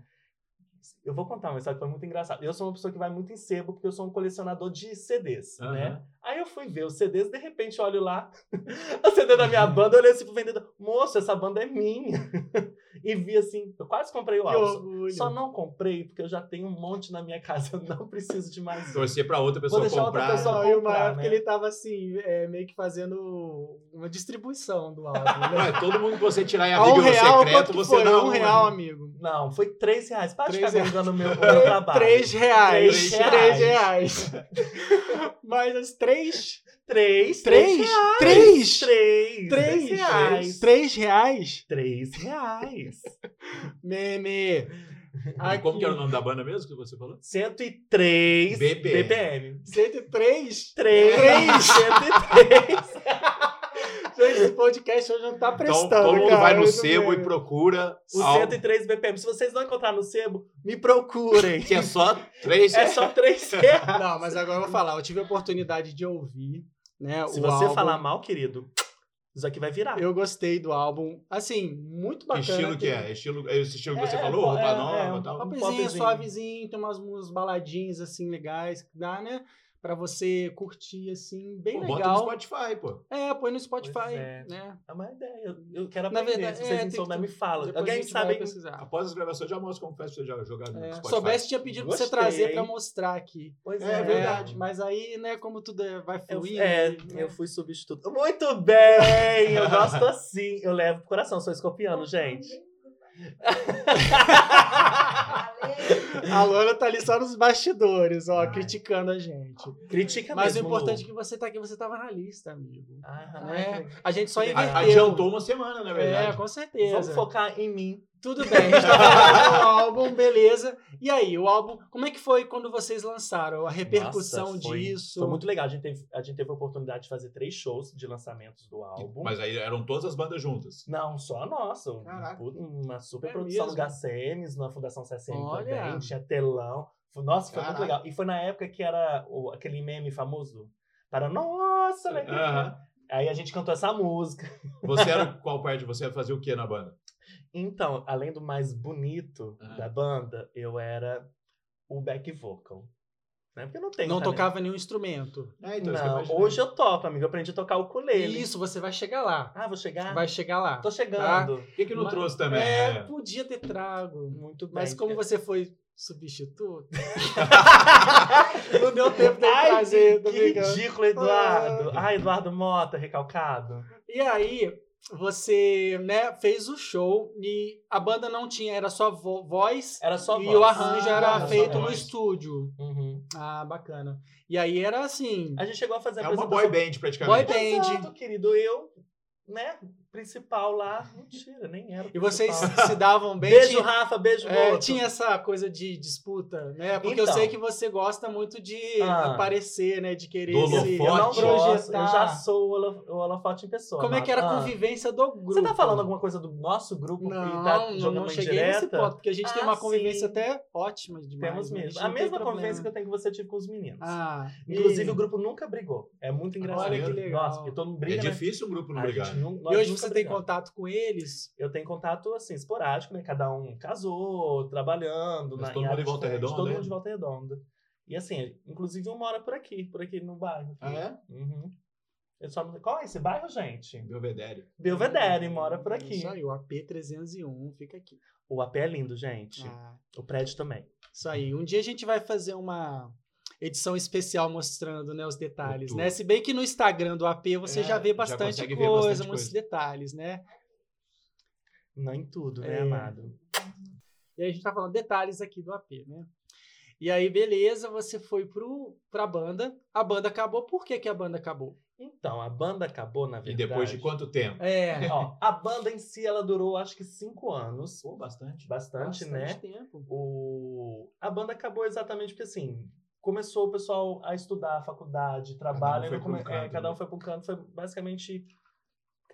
S3: Eu vou contar uma história que foi muito engraçada. Eu sou uma pessoa que vai muito em sebo, porque eu sou um colecionador de CDs, né?
S1: Aham.
S3: Aí eu fui ver os CDs, de repente eu olho lá, [laughs] o CD da minha banda, eu olhei assim pro vendedor, moço, essa banda é minha. [laughs] e vi assim, eu quase comprei o
S2: Que
S3: álbum.
S2: orgulho.
S3: Só não comprei, porque eu já tenho um monte na minha casa, eu não preciso de mais um.
S1: Torcer pra outra
S3: Vou
S1: pessoa
S3: deixar outra
S1: comprar.
S3: pessoa-
S2: Não, e uma
S3: comprar,
S2: época
S3: né?
S2: ele tava assim, é, meio que fazendo uma distribuição do
S1: [laughs]
S2: álbum. Né?
S1: Ué, todo mundo que você tirar
S3: [laughs]
S1: em
S2: A um
S1: [laughs] amigo
S2: real, quanto
S1: secreto,
S2: que
S1: você
S2: foi?
S1: dá
S2: um
S1: né?
S2: real, amigo.
S3: Não, foi três reais. Para
S2: Três
S3: de ficar
S2: reais.
S3: gongando o meu,
S2: [laughs]
S3: o meu trabalho.
S2: Três reais.
S3: Três
S2: Três reais. Mas as três. Três?
S3: Três. Três.
S2: Três?
S3: Três.
S2: Três
S3: reais.
S2: reais. Três reais?
S3: Três reais.
S1: [laughs]
S2: Meme.
S1: E Como
S2: Aqui.
S1: que era o nome da banda mesmo que você falou?
S3: 103
S1: BPM.
S3: BPM.
S2: 103?
S3: Três.
S2: Três.
S3: 103.
S2: Gente, esse podcast hoje não tá prestando,
S1: então todo mundo
S2: cara.
S1: vai no
S2: Muito
S1: sebo
S2: bem.
S1: e procura.
S3: O
S1: álbum,
S3: 103 BPM. Se vocês não encontrar no sebo, me procurem.
S1: Que é só três.
S3: [laughs] É só três
S2: [laughs]
S3: reais.
S2: Não, mas agora eu vou falar. Eu tive a oportunidade de ouvir, né?
S3: Se
S2: o
S3: você
S2: álbum.
S3: falar mal, querido, isso aqui vai virar.
S2: Eu gostei do álbum. Assim, muito
S1: Que
S2: bacana.
S1: estilo que é? Estilo, é esse estilo que
S3: É,
S1: você
S3: é,
S1: falou? Roupa
S3: é, é,
S1: nova
S3: um
S1: e tal?
S3: pop-
S2: Popzinho,
S3: popzinho.
S2: suavezinho, tem umas, umas baladinhas, assim, legais que dá, né? Pra você curtir, assim, bem
S1: Pô, Bota no
S2: legal.
S1: Spotify, pô.
S2: É, põe no Spotify,
S3: é.
S2: né?
S3: É uma ideia. Eu- Eu quero
S2: Na
S3: aprender.
S2: verdade,
S3: Se
S2: é,
S3: vocês
S2: tem
S3: não
S2: que-
S3: souberem, me fala.
S2: Depois a
S3: Alguém
S2: gente vai
S3: sabe
S2: pesquisar.
S1: Após as gravações, já mostra como festa já jogaram no
S2: É,
S1: Spotify.
S2: soubesse, tinha pedido pra você
S3: Gostei.
S2: trazer pra mostrar aqui.
S3: Pois
S1: É
S2: É,
S1: verdade.
S2: Mas aí, né, como tudo é- vai
S3: Eu,
S2: fluir.
S3: é,
S2: né?
S3: eu fui substituto. Muito bem!
S2: [laughs]
S3: Eu gosto assim. Eu levo pro coração, sou escorpiano, gente.
S2: A Luana tá ali só nos bastidores, ó,
S1: Ai.
S2: criticando a gente.
S3: Critica
S2: Mas o
S3: mesmo.
S2: importante é que você tá aqui, você tava na lista, amigo.
S3: Ah,
S2: né?
S3: né?
S2: A gente só
S3: A-
S2: inverteu.
S1: A- Adiantou uma semana, na
S2: É,
S1: verdade.
S2: com certeza.
S3: Vamos focar em mim.
S2: Tudo bem, a gente tá falando do [laughs] álbum, beleza. E aí, o álbum, como é que foi quando vocês lançaram? A repercussão
S3: Nossa, foi-
S2: disso?
S3: Foi muito legal. A gente, teve, a gente teve a oportunidade de fazer três shows de lançamentos do álbum.
S1: Mas aí eram todas as bandas juntas.
S3: Não, só a nossa. Um
S1: Caraca.
S3: pu- Uma super
S2: É
S3: produção
S2: mesmo?
S3: do HCMs, na Fundação CCM
S2: Olha.
S3: também, tinha telão. Foi- Nossa, foi
S1: Caraca.
S3: muito legal. E foi na época que era o- aquele meme famoso para Nossa, alegria.
S1: Aham.
S3: Aí a gente cantou essa música.
S1: Você era [laughs] qual parte? Você fazia o que na banda?
S3: Então, além do mais bonito
S1: Ah.
S3: da banda, eu era o back vocal. Né? Porque eu não tenho.
S2: Não
S3: talento.
S2: tocava nenhum instrumento.
S1: É, isso que eu
S3: Não,
S1: imaginei.
S3: hoje eu toco, amigo. Eu aprendi a tocar o ukulele.
S2: Isso, você vai chegar lá.
S3: Ah, vou chegar?
S2: Vai chegar Tá. lá.
S3: Tô chegando.
S1: Por que, que não
S2: Mas-
S1: trouxe também?
S2: É,
S1: É.
S2: podia ter trago.
S3: Muito bem.
S2: Mas
S3: [laughs]
S2: como você foi substituto, não deu
S3: [laughs]
S2: tempo de
S3: Ai,
S2: trazer. tô
S3: que
S2: brincando.
S3: ridículo, Eduardo. Ai, Eduardo Mota, recalcado.
S2: E aí, você né, fez o show e a banda não tinha, era só vo- voz.
S3: Era só
S2: e
S3: voz.
S2: o arranjo
S1: Ah,
S2: era
S1: era só
S2: feito no
S1: voz.
S2: estúdio.
S3: Uhum.
S2: Ah, bacana. E aí era assim.
S3: A gente chegou a fazer a
S1: É uma boy
S3: apresentação-
S1: band,
S2: Boy
S1: praticamente.
S2: band.
S3: Exato, querido. Eu, né, principal lá. Mentira, nem era o
S2: E vocês
S3: principal.
S2: se davam bem?
S3: Beijo,
S2: tinha,
S3: Rafa. Beijo,
S2: é,
S3: Boto.
S2: tinha essa coisa de disputa, né? Porque eu
S3: Então.
S2: sei que você gosta muito de
S3: Ah.
S2: aparecer, né? De querer
S1: Do
S2: se
S1: holofote.
S3: Eu não gosto,
S2: projetar.
S3: eu já sou o Olo- o holofote em pessoa.
S2: Como é que era a
S3: Ah.
S2: convivência do grupo?
S3: Você tá falando alguma coisa do nosso grupo
S2: Não,
S3: e tá
S2: não,
S3: jogando
S2: não
S3: uma
S2: cheguei nesse
S3: indireta?
S2: ponto, porque a gente tem
S3: Ah,
S2: uma convivência
S3: sim.
S2: até ótima demais.
S3: Temos
S2: né?
S3: mesmo.
S2: gente
S3: A
S2: não tem
S3: mesma
S2: problema.
S3: convivência que eu tenho que você tive com os meninos.
S2: Ah,
S3: Inclusive,
S2: e-
S3: o grupo nunca brigou. É muito engraçado.
S1: Olha que
S2: legal.
S3: Nossa, porque todo mundo briga,
S1: é
S3: né?
S1: difícil um grupo não
S3: A gente
S1: brigar. né?
S3: nun- nós
S2: E hoje
S3: nunca
S2: você tem
S3: brigamos.
S2: contato com eles?
S3: Eu tenho contato, assim, esporádico, né? Cada um casou, trabalhando.
S1: Mas
S3: na- em
S1: todo mundo de
S3: áreas
S1: Volta
S3: diferentes,
S1: Redonda,
S3: Todo
S1: é?
S3: mundo de Volta Redonda. E assim, inclusive um mora por aqui, por aqui no bairro.
S1: Ah, é?
S3: Uhum. Eu só me... Qual é esse bairro, gente?
S1: Belvedere.
S3: Belvedere, mora por aqui.
S2: Isso aí, o AP301 fica aqui.
S3: O AP é lindo, gente.
S2: Ah,
S3: O prédio também.
S2: isso aí. Um dia a gente vai fazer uma edição especial mostrando né, os detalhes,
S1: O
S2: né? Se bem que no Instagram do AP você
S1: É,
S2: já vê
S1: já
S2: bastante
S1: consegue ver
S2: coisa,
S1: bastante
S2: muitos
S1: coisa.
S2: detalhes, né?
S3: Não em tudo, né,
S2: É.
S3: amado?
S2: E aí a gente tá falando detalhes aqui do AP, né? E aí, beleza, você foi pro, pra banda, a banda acabou. Por que, que a banda acabou?
S3: Então, a banda acabou, na
S1: E
S3: verdade.
S1: depois de quanto tempo?
S2: É,
S3: Ó, a banda em si, ela durou acho que cinco anos.
S1: Pô, bastante.
S3: Bastante, né?
S2: tempo.
S3: O... A banda acabou exatamente porque assim. Começou o pessoal a estudar a faculdade, trabalho,
S1: foi
S3: aí come-
S1: pra um canto,
S3: é, cada um
S1: né?
S3: foi para um canto, foi basicamente.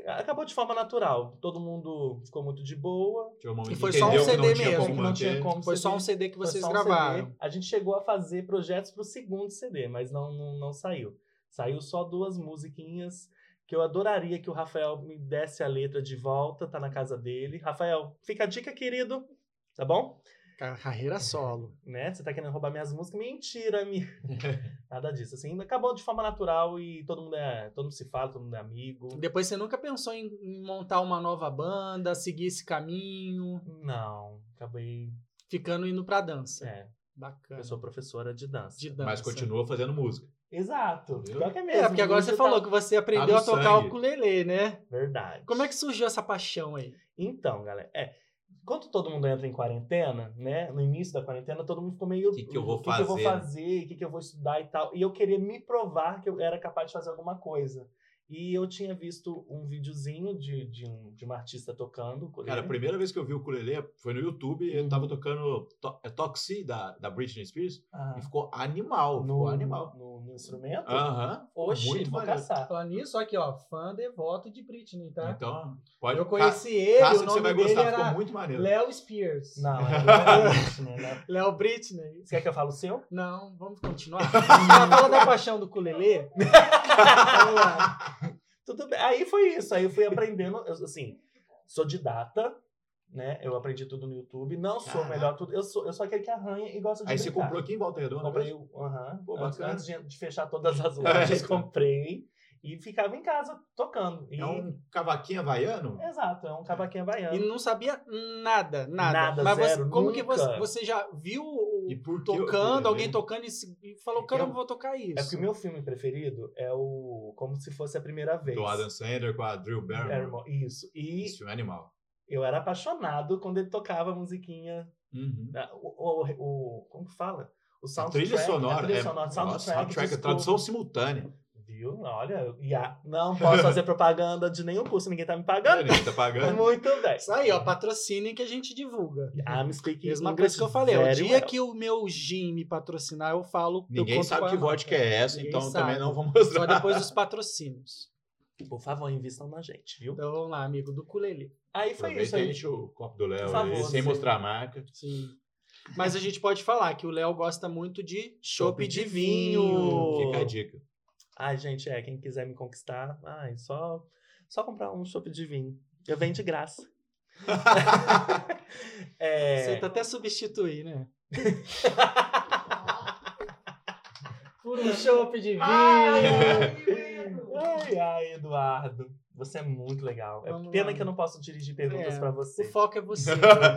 S3: Acabou de forma natural. Todo mundo ficou muito de boa.
S1: Tinha um momento
S2: E
S1: que
S2: foi só um
S1: entendeu que
S2: CD
S1: não tinha
S2: mesmo,
S1: como
S3: que não tinha
S1: manter.
S3: como
S2: Foi só um
S3: seguir.
S2: CD que
S3: Foi
S2: vocês
S3: só um
S2: gravaram.
S3: CD. A gente chegou a fazer projetos pro segundo CD, mas não, não, não saiu. Saiu só duas musiquinhas que eu adoraria que o Rafael me desse a letra de volta, tá na casa dele. Rafael, fica a dica, querido, tá bom?
S2: Ca- Carreira solo.
S3: Né? Você tá querendo roubar minhas músicas? Mentira, me...
S2: [laughs]
S3: nada disso. Assim, acabou de forma natural e todo mundo é, todo mundo se fala, todo mundo é amigo.
S2: Depois você nunca pensou em em montar uma nova banda, seguir esse caminho,
S3: Não, acabei.
S2: ficando indo pra dança.
S3: É,
S2: Bacana.
S3: eu sou professora de dança.
S2: De dança.
S1: Mas continua fazendo música.
S3: Exato.
S1: Viu?
S3: Pior que é mesmo.
S2: É, porque agora você
S3: música
S2: falou
S3: tá-
S2: que você aprendeu
S1: tá
S2: a
S1: no
S2: tocar o
S1: sangue.
S2: ukulele, né?
S3: Verdade.
S2: Como é que surgiu essa paixão aí?
S3: Então, galera, é. Quando todo mundo entra em quarentena, né? No início da quarentena, todo mundo ficou meio.
S1: O que que eu vou
S3: O que, eu vou
S1: fazer, né?
S3: fazer? O que, que eu vou estudar e tal. E eu queria me provar que eu era capaz de fazer alguma coisa. E eu tinha visto um videozinho de, de, um, de uma artista tocando. ukulele.
S2: Uhum.
S1: Cara, a primeira vez que eu vi o ukulele foi no YouTube. Eu tava tocando to é Toxi, da, da Britney Spears.
S3: Ah,
S1: E ficou animal. Ficou animal.
S3: No, no instrumento?
S1: Aham.
S3: Oxi,
S1: Ah, muito
S3: vou
S1: maneiro.
S3: caçar.
S2: Falando nisso, aqui, ó, fã devoto de Britney,
S1: Então, pode...
S2: Tá. Eu
S1: Ca-
S2: conheci ele,
S1: Caça
S2: o
S1: que
S2: nome
S1: você vai
S2: dele
S1: gostar. Ficou
S2: era
S1: muito maneiro.
S2: Léo Spears.
S3: Não, é realmente, né? Não.
S2: Léo Britney.
S3: Você quer que eu fale o seu?
S2: Não, vamos
S1: [laughs]
S2: continuar. Na fala da paixão do ukulele,
S3: [laughs]
S2: vamos lá.
S3: Tudo bem. Aí foi isso. Aí eu fui aprendendo, eu, assim, sou didata, né? Eu aprendi tudo no YouTube. Não sou o
S1: Caraca.
S3: melhor tudo. Eu sou, eu sou aquele que arranha e gosta de
S1: Aí você
S3: brincar.
S1: comprou aqui em Volta Redonda. né,
S3: Comprei
S1: mesmo?
S3: o... aham.
S1: Pô,
S3: antes,
S1: bacana.
S3: antes de, de fechar todas as
S1: [laughs]
S3: lojas,
S1: É.
S3: comprei. E ficava em casa tocando. E-
S1: É um cavaquinho havaiano?
S3: Exato, é um cavaquinho
S2: E
S3: havaiano.
S2: não sabia nada, nada.
S3: Nada,
S2: Mas você-
S3: zero,
S2: como
S3: nunca.
S2: que você, você já viu o-
S1: E por que o
S2: tocando,
S1: ukulele?
S2: alguém tocando e, se- e falou, caramba,
S3: Eu-
S2: vou tocar
S3: É
S2: isso.
S3: porque o meu filme preferido é o Como Se Fosse a Primeira Vez.
S1: Do Adam Sandler com a Drew Barrymore.
S3: Barrymore, Isso. E
S1: Esse filme é animal.
S3: eu era apaixonado quando ele tocava a musiquinha
S1: Uhum.
S3: Ah, O, o, o- como que fala? O
S1: A trilha
S2: né?
S3: soundtrack,
S1: sonora.
S3: A trilha
S1: é...
S3: sonora,
S1: Nossa,
S3: soundtrack,
S1: soundtrack, é
S3: desculpa.
S1: tradução simultânea.
S3: Viu? Olha, e a- não posso fazer propaganda de nenhum curso, ninguém tá me pagando.
S1: Ele tá pagando.
S3: Muito bem.
S2: Isso aí, ó, patrocinem que a gente divulga.
S3: I'm speaking
S2: Mesma
S3: English
S2: coisa que eu falei, o
S3: very
S2: dia
S3: well.
S2: que o meu gym me patrocinar, eu falo. eu
S1: Ninguém
S2: conto com
S1: sabe
S2: a
S1: que
S2: nota.
S1: vodka é essa,
S2: Ninguém
S1: então
S2: sabe.
S1: também não vou
S2: Só
S1: mostrar.
S2: depois dos patrocínios.
S3: Por favor, invistam na gente, viu?
S2: Então vamos lá, amigo, do ukulele.
S3: Aí foi isso.
S1: Aproveita e
S3: Aí.
S1: enche o copo do Léo
S3: Por favor,
S1: aí, sem
S3: sim.
S1: mostrar a marca.
S2: Sim. Mas a gente pode falar que o Léo gosta muito de chopp de vinho.
S3: vinho.
S1: Fica a dica.
S3: Ai, gente, é, quem quiser me conquistar, ai, só, só comprar um chopp de vinho. Eu venho de graça. [laughs] é...
S2: Você tá até substituir, né? Por um chopp de vinho. é.
S3: Ai, ai, Eduardo. Você é muito legal. É
S2: Vamos
S3: pena
S2: lá.
S3: que eu não posso dirigir perguntas
S2: É,
S3: pra
S2: o
S3: você.
S2: foco é
S3: [laughs]
S2: você.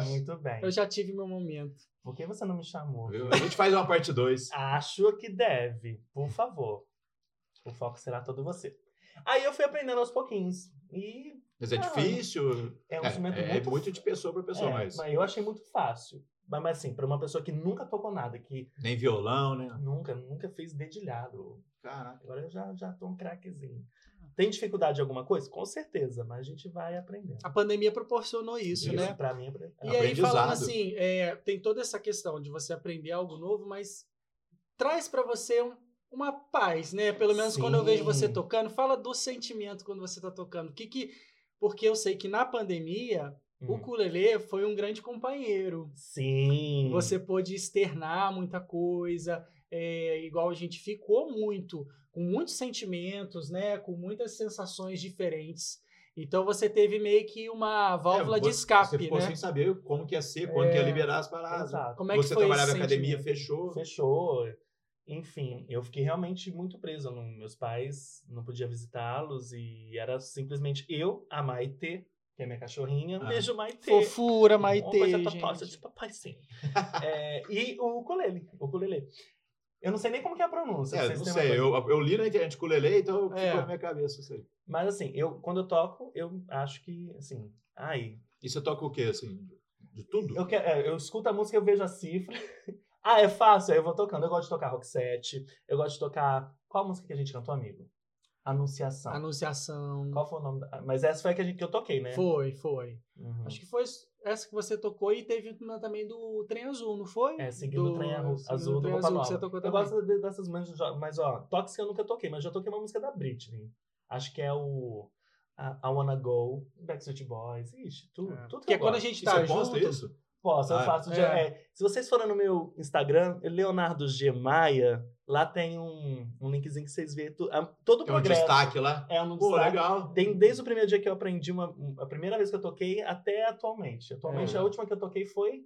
S3: Muito bem.
S2: Eu já tive meu momento.
S3: Por que você não me chamou?
S1: Viu? A gente faz uma parte 2.
S3: Acho que deve. Por favor. O foco será todo você. Aí eu fui aprendendo aos pouquinhos. E
S1: Mas é
S3: Ah,
S1: difícil.
S3: é um
S1: É,
S3: instrumento
S1: é
S3: muito...
S1: muito de pessoa pra pessoa,
S3: É,
S1: mas
S3: eu achei muito fácil. Mas, mas assim, pra uma pessoa que nunca tocou nada, que
S1: nem violão, né?
S3: nunca, nunca fez dedilhado,
S1: Caraca.
S3: Agora eu já, já tô um craquezinho. Tem dificuldade em alguma coisa? Com certeza, mas a gente vai aprendendo.
S2: A pandemia proporcionou isso,
S1: Isso.
S2: né?
S3: Pra mim, é
S2: E
S3: pra- é
S2: aí, falando
S1: Aprendizado.
S2: assim, é, tem toda essa questão de você aprender algo novo, mas traz pra você um- uma paz, né? Pelo menos quando eu
S3: Sim.
S2: vejo você tocando, fala do sentimento quando você tá tocando. O que que. Porque eu sei que na pandemia, o
S3: Hum.
S2: ukulele foi um grande companheiro.
S3: Sim.
S2: Você pôde externar muita coisa, é, igual a gente ficou muito, com muitos sentimentos, né? Com muitas sensações diferentes. Então você teve meio que uma válvula
S1: É,
S2: de
S1: você-
S2: escape,
S1: Você ficou
S2: né?
S1: sem saber como que ia ser, quando que ia liberar as paradas.
S3: É, Exato.
S2: Como é que
S1: você
S2: foi
S1: trabalhava
S2: esse
S1: na academia,
S2: sentimento?
S1: fechou.
S3: Fechou.
S2: Uhum.
S3: Enfim, eu fiquei realmente muito presa. Não- meus pais não podia visitá-los e era simplesmente eu, a Maite, que é minha cachorrinha.
S1: Ah.
S3: Beijo, Maite.
S2: Fofura,
S3: Uma
S2: Maite,
S3: coisa da pausa
S2: gente.
S3: de papai, sim. [laughs] É, e o ukulele, o ukulele. Eu não sei nem como que é a pronúncia.
S1: É,
S3: vocês
S1: não
S3: têm uma
S1: sei,
S3: coisa.
S1: eu, eu li na internet com o Lele, então ficou
S2: É.
S1: na minha cabeça isso aí.
S3: Mas assim, eu, quando eu toco, eu acho que, assim... Ai,
S1: E você toca o quê, assim? De tudo?
S3: eu, que- é, eu escuto a música, eu vejo a cifra. [laughs] ah, é fácil? Aí eu vou tocando. Eu gosto de tocar rock set, eu gosto de tocar... Qual a música que a gente cantou, amigo? Anunciação.
S2: Anunciação.
S3: Qual foi o nome? Da... Mas essa foi a que, a gente, que eu toquei, né?
S2: Foi, foi.
S3: Uhum.
S2: Acho que foi essa que você tocou e teve uma também do trem azul, não foi?
S3: É, seguindo o trem azul,
S2: seguindo o
S3: azul do
S2: trem
S3: Roupa
S2: azul
S3: Nova.
S2: que você tocou
S3: eu
S2: também.
S3: gosto de- dessas músicas, já- mas ó, toques que eu nunca toquei, mas já toquei uma música da Britney. Acho que é o a- I Wanna Go, Backstreet Boys, ixi, tudo,
S2: É.
S3: tudo que
S2: Porque
S3: eu
S2: quando a
S3: gosto.
S2: gente
S1: E
S2: tá
S1: você posta
S2: junto,
S1: isso?
S3: Posso, eu
S1: Ah,
S3: faço.
S2: é.
S3: já- é, se vocês forem no meu Instagram, Leonardo G. Maia, lá tem um, um linkzinho que vocês veem tu- a- todo o
S1: Tem um
S3: progresso.
S1: destaque lá.
S3: É, um
S1: Pô,
S3: destaque.
S1: legal.
S3: Tem desde o primeiro dia que eu aprendi, uma, um, a primeira vez que eu toquei, até atualmente. Atualmente,
S2: É.
S3: a última que eu toquei foi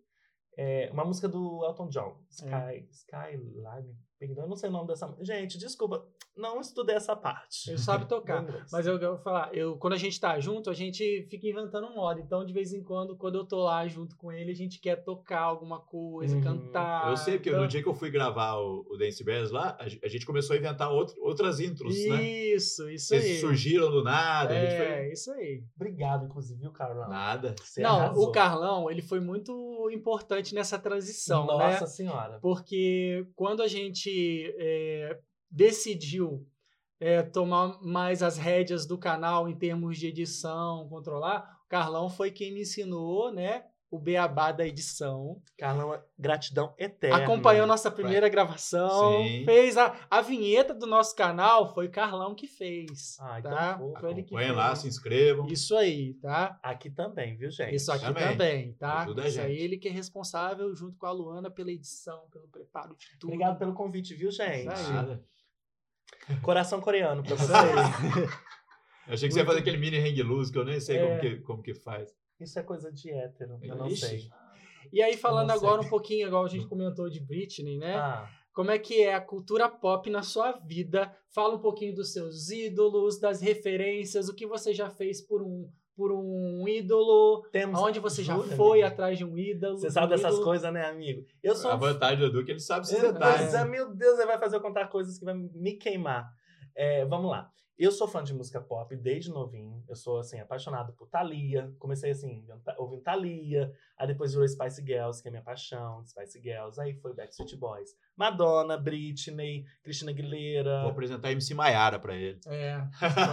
S3: é, uma música do Elton John,
S1: É.
S3: Sky, Skyline. Perdão, eu não sei o nome dessa música. Gente, desculpa, não estudei essa parte.
S2: ele
S3: [laughs]
S2: sabe tocar.
S3: Do inglês.
S2: Mas eu, eu vou falar, eu, quando a gente tá junto, a gente fica inventando moda. Então, de vez em quando, quando eu tô lá junto com ele, a gente quer tocar alguma coisa,
S3: Uhum.
S2: cantar.
S1: eu sei, porque
S2: então-
S1: no dia que eu fui gravar o, o Dance Bears lá, a, ge- a gente começou a inventar outro- outras intros, né?
S2: Então, Isso, isso aí.
S1: Vocês surgiram do nada, a gente foi...
S2: É, isso aí.
S3: Obrigado, inclusive, viu, Carol?
S1: Nada.
S3: Você
S2: Não,
S3: arrasou.
S2: o Carlão, ele foi muito importante nessa transição, né?
S3: Nossa senhora.
S2: porque quando a gente é, decidiu é, tomar mais as rédeas do canal em termos de edição, controlar, o Carlão foi quem me ensinou, né? O beabá da edição.
S3: Carlão, gratidão eterna.
S2: Acompanhou nossa primeira gravação.
S1: É, né? Sim.
S2: Fez a, a vinheta do nosso canal, foi o Carlão que fez.
S1: Ah,
S3: Ai, tão
S2: tá?
S3: fofo.
S2: Foi ele que
S1: Acompanhem
S2: fez.
S1: então lá, assim, se inscrevam.
S2: Isso aí, tá?
S3: Aqui também, viu, gente?
S2: Isso aqui
S1: Também.
S2: também, tá?
S1: Ajuda a
S2: Isso aí
S1: gente.
S2: ele que é responsável junto com a Luana pela edição, pelo preparo de tudo.
S3: Obrigado pelo convite, viu, gente?
S2: Isso aí.
S1: Nada.
S3: Coração coreano pra
S2: Isso
S3: vocês.
S1: Eu achei que você ia
S2: Muito
S1: fazer aquele mini hang loose, que eu nem sei como,
S2: É.
S1: que, como que faz.
S3: Isso é coisa de hétero, eu não
S1: Ixi.
S3: sei.
S2: E aí, falando
S3: Eu não sei.
S2: agora um pouquinho, igual a gente comentou de Britney, né?
S3: Hum. Ah,
S2: Como é que é a cultura pop na sua vida? Fala um pouquinho dos seus ídolos, das referências, o que você já fez por um, por um ídolo,
S3: temos.
S2: aonde você já
S3: Jura,
S2: foi
S3: amigo?
S2: atrás de um ídolo.
S3: Você
S2: de
S3: sabe
S2: um
S3: dessas
S2: ídolo.
S3: coisas, né, amigo? Eu sou.
S1: A
S3: um-
S1: vantagem do Edu é que ele sabe esses
S3: Eu-
S1: detalhes.
S3: Pois é, meu Deus, ele vai fazer eu contar coisas que vai me queimar. É, vamos lá. Eu sou fã de música pop desde novinho. Eu sou, assim, apaixonado por Thalia. Comecei, assim, inventa- ouvindo Thalia. Aí depois virou Spice Girls, que é minha paixão. Spice Girls. Aí foi Backstreet Boys. Madonna, Britney, Cristina
S1: Vou
S3: Aguilera.
S1: apresentar a MC Maiara pra ele.
S2: É.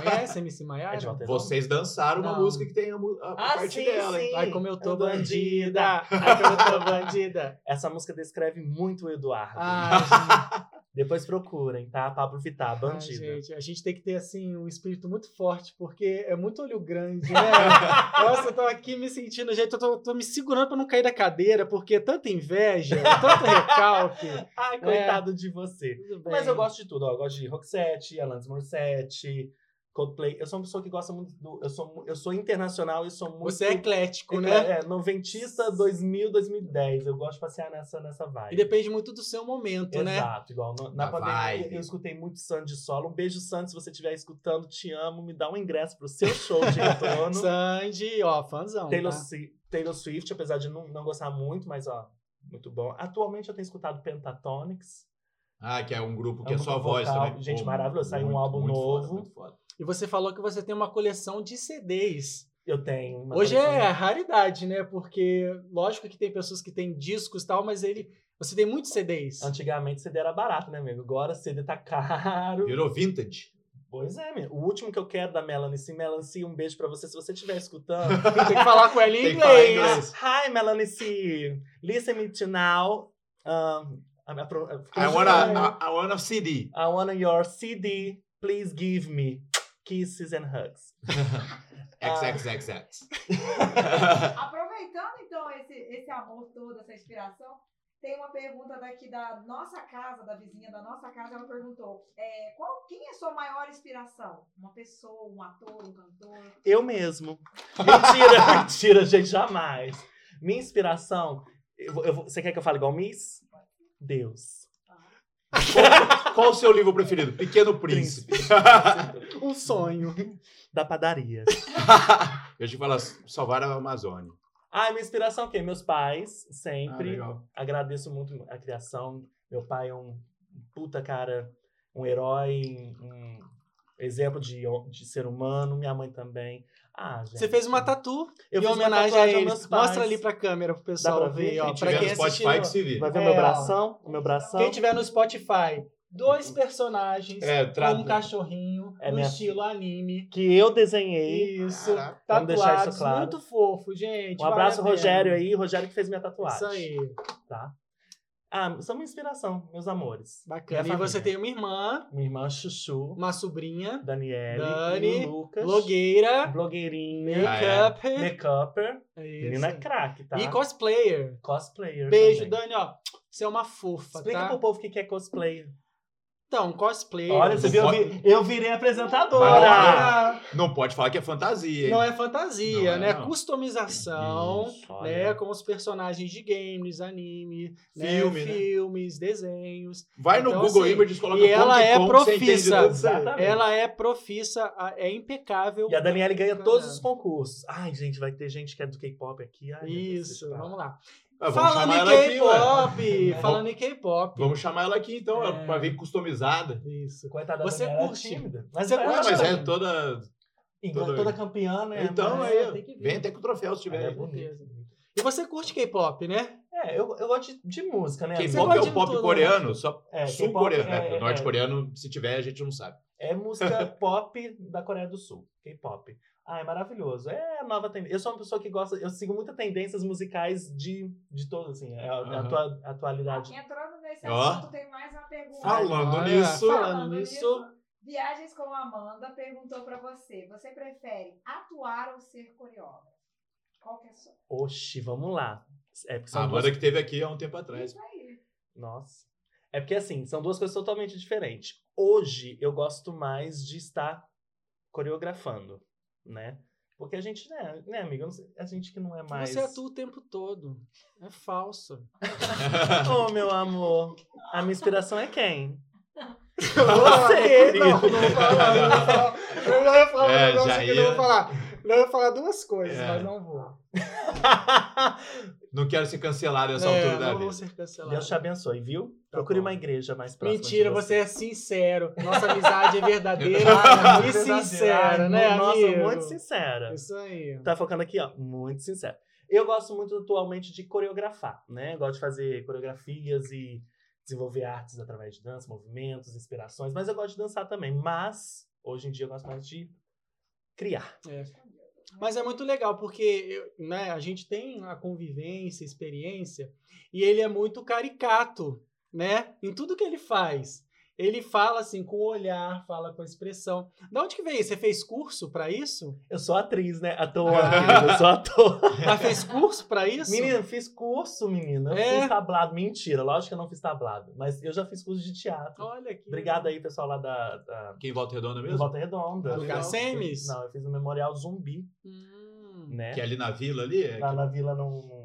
S2: Conhece a MC Maiara?
S3: É de Walter
S1: Vocês dançaram uma
S2: Não.
S1: música que tem a, mu- a
S3: Ah,
S1: parte
S3: sim,
S1: dela, hein?
S3: sim.
S2: Ai, como eu tô
S3: É
S2: bandida!
S3: bandida.
S2: Ai, como eu [laughs] tô bandida!
S3: Essa música descreve muito o Eduardo.
S2: Ai, gente,
S3: Depois procurem, tá? Pablo Vittar,
S2: Ah. ai,
S3: bandida.
S2: gente, a gente tem que ter, assim, um espírito muito forte, porque é muito olho grande,
S3: [laughs]
S2: né? Nossa, eu tô aqui me sentindo jeito, eu tô, tô me segurando pra não cair da cadeira, porque é tanta inveja, é tanto
S3: [laughs]
S2: recalque.
S3: Ai, coitado de você.
S2: Tudo bem.
S3: Mas eu gosto de tudo, ó. Eu gosto de Roxette, Alanis Morissette, Coldplay. Eu sou uma pessoa que gosta muito do. Eu sou, mu- eu sou internacional e sou muito.
S2: Você é eclético, né?
S3: é, é, noventista 2000, 2010. Eu gosto de passear nessa, nessa vibe.
S2: E depende muito do seu momento, né?
S3: Exato, igual na, na
S1: Da
S3: pandemia
S1: vibe.
S3: eu escutei muito Sandy Solo. Um beijo, Sandy, se você estiver escutando, te amo. Me dá um ingresso pro seu show
S2: [laughs]
S3: de retorno.
S2: Sandy, ó, fãzão.
S3: Taylor,
S2: tá?
S3: Swi- Taylor Swift, apesar de não, não gostar muito, mas ó, muito bom. Atualmente eu tenho escutado Pentatonics.
S1: Ah, que é um grupo que
S3: É
S1: é
S3: um
S1: só
S3: grupo
S1: voz
S3: vocal.
S1: também.
S3: Gente, maravilhoso. Saiu um
S1: muito,
S3: álbum
S1: muito foda,
S3: novo.
S1: muito foda.
S2: E você falou que você tem uma coleção de CDs.
S3: Eu tenho. uma
S2: Hoje
S3: coleção
S2: é raridade, né? Porque, lógico que tem pessoas que têm discos e tal, mas ele. Você tem muitos CDs.
S3: Antigamente CD era barato, né, amigo? Agora CD tá caro.
S1: Virou vintage.
S3: Pois é, amigo. O último que eu quero da Melanie C. Melanie C, um beijo pra você se você estiver escutando.
S2: Tem que falar com ela
S3: [laughs]
S2: em
S1: Tem que falar [laughs] em
S2: inglês.
S1: inglês.
S3: Hi, Melanie C. Listen me to now. Um, a minha pro-
S1: I wanna, I, I wanna CD.
S3: I wanna your CD. Please give me kisses and hugs.
S1: Ah. XXXX.
S4: Aproveitando então esse, esse amor todo, essa inspiração, tem uma pergunta daqui da nossa casa, da vizinha da nossa casa, ela perguntou: é, qual, quem é a sua maior inspiração? Uma pessoa, um ator, um cantor?
S3: Eu mesmo.
S1: [laughs]
S3: Mentira, mentira, gente, jamais. Minha inspiração. eu vou- eu vou- você quer que eu fale igual Miss? Deus.
S1: [laughs] Qual, qual o seu livro preferido? Pequeno Príncipe.
S2: Um sonho.
S3: da padaria.
S1: [laughs] Eu te falo, salvar a Amazônia.
S3: Ah, minha inspiração é o quê? Meus pais,
S1: Ah,
S3: sempre.
S1: legal.
S3: Agradeço muito a criação. Meu pai é um puta cara, um herói, um exemplo de, de ser humano. Minha mãe também. Ah, gente.
S2: Você fez uma tatu
S3: Eu
S2: em
S3: fiz uma
S2: homenagem a
S3: tatuagem aos
S2: eles.
S3: meus pais.
S2: Mostra ali pra câmera pro pessoal
S3: pra
S2: ver,
S3: ver?
S2: ó.
S3: Quem
S2: Pra
S1: Tiver
S2: quem
S1: no Spotify
S2: assistiu.
S1: que se vira.
S3: Vai ver
S2: É,
S3: meu
S2: ó.
S3: bração? O meu bração?
S2: Quem tiver no Spotify, dois personagens
S1: É,
S2: com
S1: tra...
S2: um cachorrinho
S3: É
S2: no
S3: minha-
S2: estilo anime.
S3: Que eu desenhei.
S2: Isso.
S1: Caraca.
S3: Vamos deixar isso
S2: Tatuados.
S3: claro.
S2: Muito fofo, gente.
S3: Um abraço,
S2: vale a pena.
S3: Rogério aí. Rogério que fez minha tatuagem.
S2: Isso aí.
S3: Tá? Ah, são minha inspiração, meus amores.
S2: Bacana.
S3: Minha
S2: E você
S3: família.
S2: tem uma irmã,
S3: Minha irmã Chuchu,
S2: uma sobrinha,
S3: Daniele,
S2: Dani,
S3: e o Lucas.
S2: blogueira,
S3: Blogueirinha.
S2: make-up.
S3: Make-upper.
S2: Isso.
S3: Menina craque, tá?
S2: E cosplayer.
S3: cosplayer.
S2: Beijo,
S3: também.
S2: Dani, ó. Você é uma fofa,
S3: Explica
S2: tá?
S3: pro povo o que que é cosplayer.
S2: Então, cosplayer.
S3: Olha, você
S1: não
S3: viu? Eu,
S1: pode-
S3: vi- eu virei apresentadora.
S1: Vai
S2: Olha!
S1: Não pode falar que é fantasia, hein?
S2: Não é fantasia,
S1: Não é,
S2: né?
S1: não.
S2: Customização,
S1: Isso,
S2: né?
S3: Olha.
S2: Com os personagens de games, anime, né?
S1: Filme, né?
S2: filmes, desenhos.
S1: Vai no
S2: Então,
S1: Google
S2: assim,
S1: Images, coloca
S2: e ela
S1: Comic
S2: é
S1: Con, você entende
S2: profissa.
S1: tudo.
S3: Exatamente.
S2: Ela é profissa, a- é impecável.
S3: E a Daniele ganha
S2: Bacana.
S3: todos os concursos. Ai, gente, vai ter gente que é do K-pop aqui. Ai, meu Deus,
S2: Isso,
S3: deixa eu falar.
S2: vamos lá.
S1: Ah, vamos
S2: falando
S1: chamar
S2: em
S1: ela aqui, ué.
S2: K-pop, falando em K-pop.
S1: Vamos chamar ela aqui, então,
S2: É.
S1: pra vir customizada.
S2: Isso.
S3: Coitada da
S2: Você
S3: Daniele, ela é
S2: curte?
S3: tímida. Mas
S2: Você
S3: ela-
S2: curte?
S1: Ah, mas é
S2: também.
S1: toda...
S3: E toda, toda campeã, né?
S1: Então,
S3: Mas-
S2: é, tem
S1: aí,
S2: que vir.
S1: vem até com o troféu se
S3: Ela
S1: tiver.
S3: é
S1: aí.
S3: bonita.
S2: E você curte K-pop, né?
S3: É, eu, eu gosto de, de música, né?
S2: Você
S1: K-pop
S2: gosta
S1: é
S2: de
S1: o pop
S2: tudo, né?
S1: coreano, só
S3: É,
S1: sul-coreano.
S3: K-pop
S1: né? Norte-coreano, se tiver, a gente não sabe.
S3: É
S1: [laughs]
S3: música pop da Coreia do Sul, K-pop. Ah, é maravilhoso. É a nova tendência. Eu sou uma pessoa que gosta, eu sigo muitas tendências musicais de, de todos, assim, é a, é a
S1: Aham.
S3: atua- atualidade.
S4: Entrando nesse
S1: Ó.
S4: assunto, tem mais uma pergunta.
S1: Falando
S2: Olha,
S1: nisso-
S2: Falando nisso.
S4: Viagens com Amanda perguntou pra você: você prefere atuar ou ser coreógrafo? Qual que é a sua?
S3: Oxi, vamos lá. É porque são
S1: A
S3: duas...
S1: Amanda que teve aqui há um tempo atrás. [laughs]
S4: Isso aí.
S3: Nossa. É porque assim, são duas coisas totalmente diferentes. Hoje eu gosto mais de estar coreografando, né? Porque a gente, né, né amiga, Eu não sei- a gente que não é mais
S2: Você atua o tempo todo. É falso.
S3: Oh, meu amor, a minha inspiração é quem?
S2: é Você!
S3: não,
S2: vou falar, não vou falar. Eu já ia falar
S1: É,
S2: um negócio
S1: já
S2: que eu não
S1: ia.
S2: vou falar. Eu ia falar duas coisas,
S1: É.
S2: mas não vou.
S1: não quero ser cancelado nessa
S2: É,
S1: altura da
S2: não vou
S1: vida.
S2: ser cancelado.
S3: Deus te abençoe, viu?
S2: Tá
S3: Procure
S2: bom.
S3: uma igreja mais próxima. de
S2: Mentira, você é sincero. Nossa amizade é
S3: [laughs]
S2: verdadeira
S3: Ah,
S2: e
S3: muito
S2: sincera,
S3: verdadeira.
S2: é né,
S3: Nossa,
S2: amigo?
S3: muito sincera.
S2: Isso aí.
S3: Tá focando aqui, ó, muito sincera. Eu gosto muito atualmente de coreografar, né? Eu gosto de fazer coreografias e desenvolver artes através de dança, movimentos, inspirações, mas eu gosto de dançar também. Mas hoje em dia eu gosto mais de criar.
S2: É. Mas é muito legal, porque eu- né, a gente tem a convivência, experiência, e ele é muito caricato, né? Em tudo que ele faz. Ele fala assim, com o olhar, fala com a expressão. Da onde que veio isso? Você fez curso pra isso?
S3: Eu sou atriz, né? Ator,
S2: [laughs] Ah.
S3: querida, eu sou ator.
S2: Já fez curso
S3: [laughs]
S2: pra isso?
S3: Menina, eu fiz curso, menina. Eu
S2: É?
S3: fiz tablado. Mentira, lógico que eu não fiz tablado. Mas eu já fiz curso de teatro.
S2: Olha que.
S3: Obrigado aí, pessoal lá da, da
S1: Quem volta redonda
S3: em
S1: mesmo?
S3: Volta Redonda.
S2: Do
S3: Legal.
S2: Garcemes?
S3: Não, eu fiz no Memorial Zumbi,
S2: Hum.
S3: né?
S1: Que é ali na vila ali? é
S3: lá
S1: que-
S3: na vila, num, num,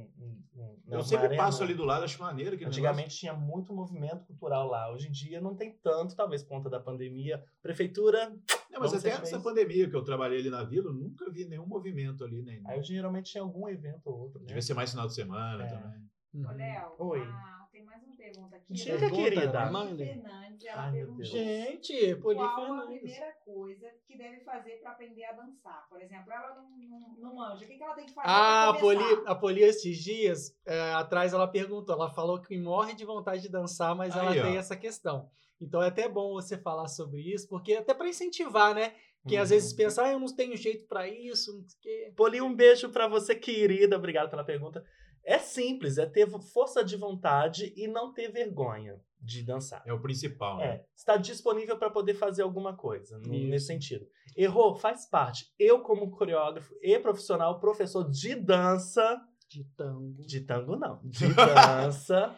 S3: num,
S1: Eu
S3: numa
S1: sempre
S3: arena.
S1: passo ali do lado, acho maneiro. aquele
S3: Antigamente tinha muito movimento cultural lá. Hoje em dia não tem tanto, talvez por conta da pandemia. Prefeitura,
S1: negócio. Não, mas
S3: Vamos
S1: até
S3: ser
S1: antes da
S3: bem-
S1: pandemia que eu trabalhei ali na vila, eu nunca vi nenhum movimento ali, nem.
S3: aí eu geralmente tinha algum evento ou outro. Né?
S1: Devia ser mais final de semana
S3: É.
S1: também.
S4: Ô,
S2: Uhum.
S4: Léo,
S3: Oi.
S4: Ah, tem mais uma pergunta aqui.
S3: Diga,
S4: da
S2: Pergunta,
S3: querida.
S2: Amanda.
S4: Fernandes, ela
S3: Ai, meu
S4: perguntou.
S3: Deus.
S2: Gente,
S4: Qual a
S2: Polifernandes.
S4: primeira coisa que deve fazer para aprender a dançar? Por exemplo, ela não, não, não manja. O que, que ela tem que fazer?
S2: Ah, a
S4: pra
S2: Poli,
S4: começar?
S2: a Poli esses dias é, atrás ela perguntou, ela falou que morre de vontade de dançar, mas ela
S1: Aí, ó.
S2: tem essa questão. Então é até bom você falar sobre isso, porque até pra incentivar, né? Quem
S3: Uhum.
S2: às
S1: Uhum.
S2: vezes pensa, ah, eu não tenho jeito pra isso, não sei o quê.
S3: Poli, um beijo pra você, querida. Obrigado pela pergunta. É simples, é ter força de vontade e não ter vergonha de dançar.
S1: É o principal, né?
S3: É, está disponível para poder fazer alguma coisa no-
S2: Isso.
S3: nesse sentido. Errou, faz parte. Eu, como coreógrafo e profissional, professor de dança,
S2: De tango.
S3: de tango não,
S2: [laughs]
S3: de dança,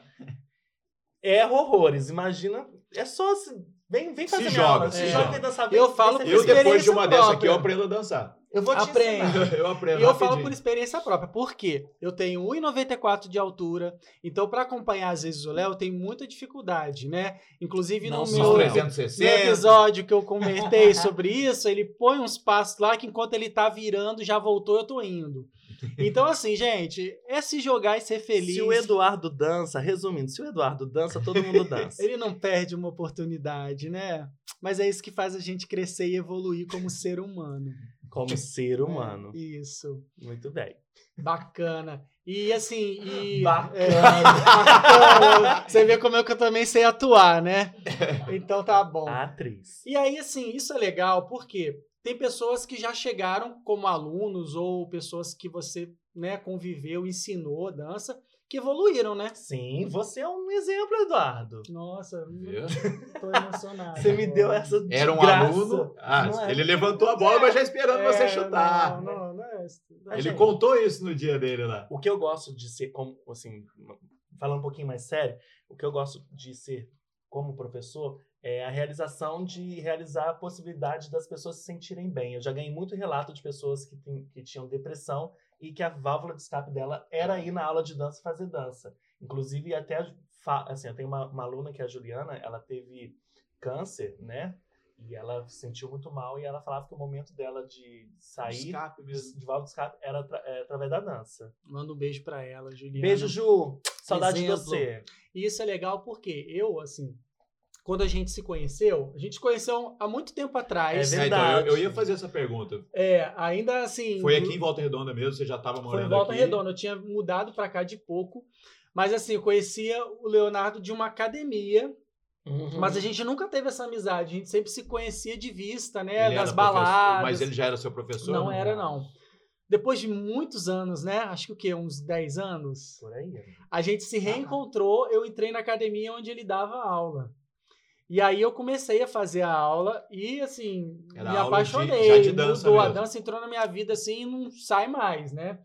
S3: erro horrores. Imagina, é só se, vem, vem
S1: Se
S3: fazer minha
S1: joga,
S3: aula,
S1: se
S3: se
S2: joga.
S3: joga e dançar. Vem,
S2: Eu
S3: vem
S2: falo
S3: ser
S2: por
S1: Eu, depois
S3: feliz.
S1: de
S2: experiência
S1: uma dessa aqui,
S2: própria.
S1: eu aprendo a dançar. [laughs]
S3: Eu vou te
S2: Aprende.
S3: ensinar.
S1: Eu aprendo.
S2: E eu
S1: É, rapidinho.
S2: falo por experiência própria. Por quê? Eu tenho 1,94 de altura, então para acompanhar às vezes o Léo tem muita dificuldade, né? Inclusive
S3: Não
S2: no
S3: só
S1: Nos
S2: meu,
S3: o Léo.
S2: no
S1: 360.
S2: episódio que eu comentei sobre isso, ele põe uns passos lá que enquanto ele tá virando, já voltou, eu tô indo. Então assim, gente, é se jogar e ser feliz.
S3: Se o Eduardo dança, resumindo, se o Eduardo dança, todo mundo
S2: [laughs]
S3: dança.
S2: Ele não perde uma oportunidade, né? Mas é isso que faz a gente crescer e evoluir como ser humano. É
S3: Como ser humano.
S2: Isso.
S3: Muito bem.
S2: Bacana. E assim, e.
S3: Bacana.
S2: Bacana. Você vê como é que eu também sei atuar,
S3: [laughs]
S2: né? Então tá bom.
S3: A atriz.
S2: E aí, assim, isso é legal porque tem pessoas que já chegaram como alunos ou pessoas que você né, conviveu, ensinou dança, que evoluíram, né?
S3: Sim, você é um exemplo, Eduardo.
S2: Nossa, [laughs]
S1: Viu?
S2: tô emocionado.
S3: Você me
S2: agora.
S3: deu essa de
S1: Era um
S3: graça.
S1: aluno. Ah,
S3: Não é?
S1: ele levantou a bola, mas já esperando
S2: É,
S1: você chutar.
S2: Não, não, não é isso.
S1: Ele
S3: gente.
S1: contou isso no dia dele lá.
S3: O que eu gosto de ser como, assim, falando um pouquinho mais sério, o que eu gosto de ser como professor é a realização de realizar a possibilidade das pessoas se sentirem bem. Eu já ganhei muito relato de pessoas que, tem- que tinham depressão e que a válvula de escape dela era ir na aula de dança fazer dança. Inclusive, até, fa- assim, eu tenho uma, uma aluna que é a Juliana, ela teve câncer, né? E ela se sentiu muito mal e ela falava que o momento dela de sair
S1: Escape mesmo.
S3: de de válvula de escape era atra- é, através da dança.
S2: Manda um beijo pra ela, Juliana.
S3: Beijo, Ju. Saudade de
S2: Exemplo.
S3: você.
S2: E isso é legal porque eu, assim, quando a gente se conheceu, a gente se conheceu há muito tempo atrás.
S3: É
S1: É, então, eu, eu ia fazer essa pergunta.
S2: É, ainda assim.
S1: Foi aqui em Volta Redonda mesmo, você já estava morando
S2: Foi em Volta
S1: aqui.
S2: Redonda. Eu tinha mudado pra cá de pouco. Mas assim, eu conhecia o Leonardo de uma academia,
S1: Uhum.
S2: mas a gente nunca teve essa amizade. A gente sempre se conhecia de vista, né?
S1: Ele
S2: das
S1: era professor,
S2: baladas.
S1: Mas ele já era seu professor?
S2: Não é era, não. Depois de muitos anos, né? Acho que o quê? Uns 10 anos?
S3: Por aí. amigo.
S2: A gente se reencontrou, eu entrei na academia onde ele dava aula. E aí eu comecei a fazer a aula e, assim,
S1: Era
S2: me
S1: aula de-
S2: apaixonei.
S1: já de dança
S2: mudou, a
S1: mesmo.
S2: dança entrou na minha vida, assim, e não sai mais, né?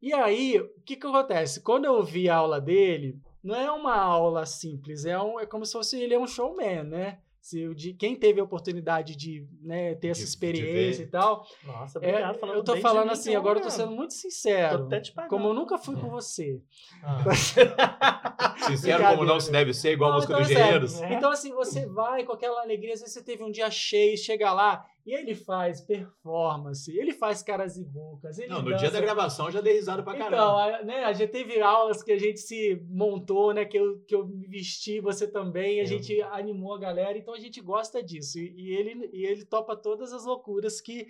S2: E aí, o que que acontece? Quando eu vi a aula dele, não é uma aula simples, é, um, é como se fosse ele é um showman, né? Se o de, quem teve a oportunidade de né, ter essa
S1: De- de
S2: experiência
S1: ver.
S2: e tal.
S3: Nossa,
S2: é,
S3: obrigado. falando
S2: eu tô
S3: bem de
S2: falando
S3: mim,
S2: assim,
S3: meu
S2: agora eu tô
S3: amor.
S2: sendo muito
S3: Tô
S2: sincero.
S3: até te pagando.
S2: Como eu nunca
S1: É.
S2: fui com você.
S3: Ah,
S1: Sincero como não se deve ser, igual a
S2: Não,
S1: música
S2: então
S1: dos
S2: é sério.
S1: Guerreiros.
S3: né?
S2: Então, assim, você vai com aquela alegria, às vezes você teve um dia cheio, chega lá, e ele faz performance, ele faz caras e bocas, ele
S1: Não, no
S2: dança.
S1: dia da gravação eu já dei risada pra caramba.
S2: é Então, a, né, a gente teve aulas que a gente se montou, né, que eu, que eu me vesti, você também, a
S3: Eu-
S2: gente animou a galera, então a gente gosta disso. E, e ele, e ele topa todas as loucuras que,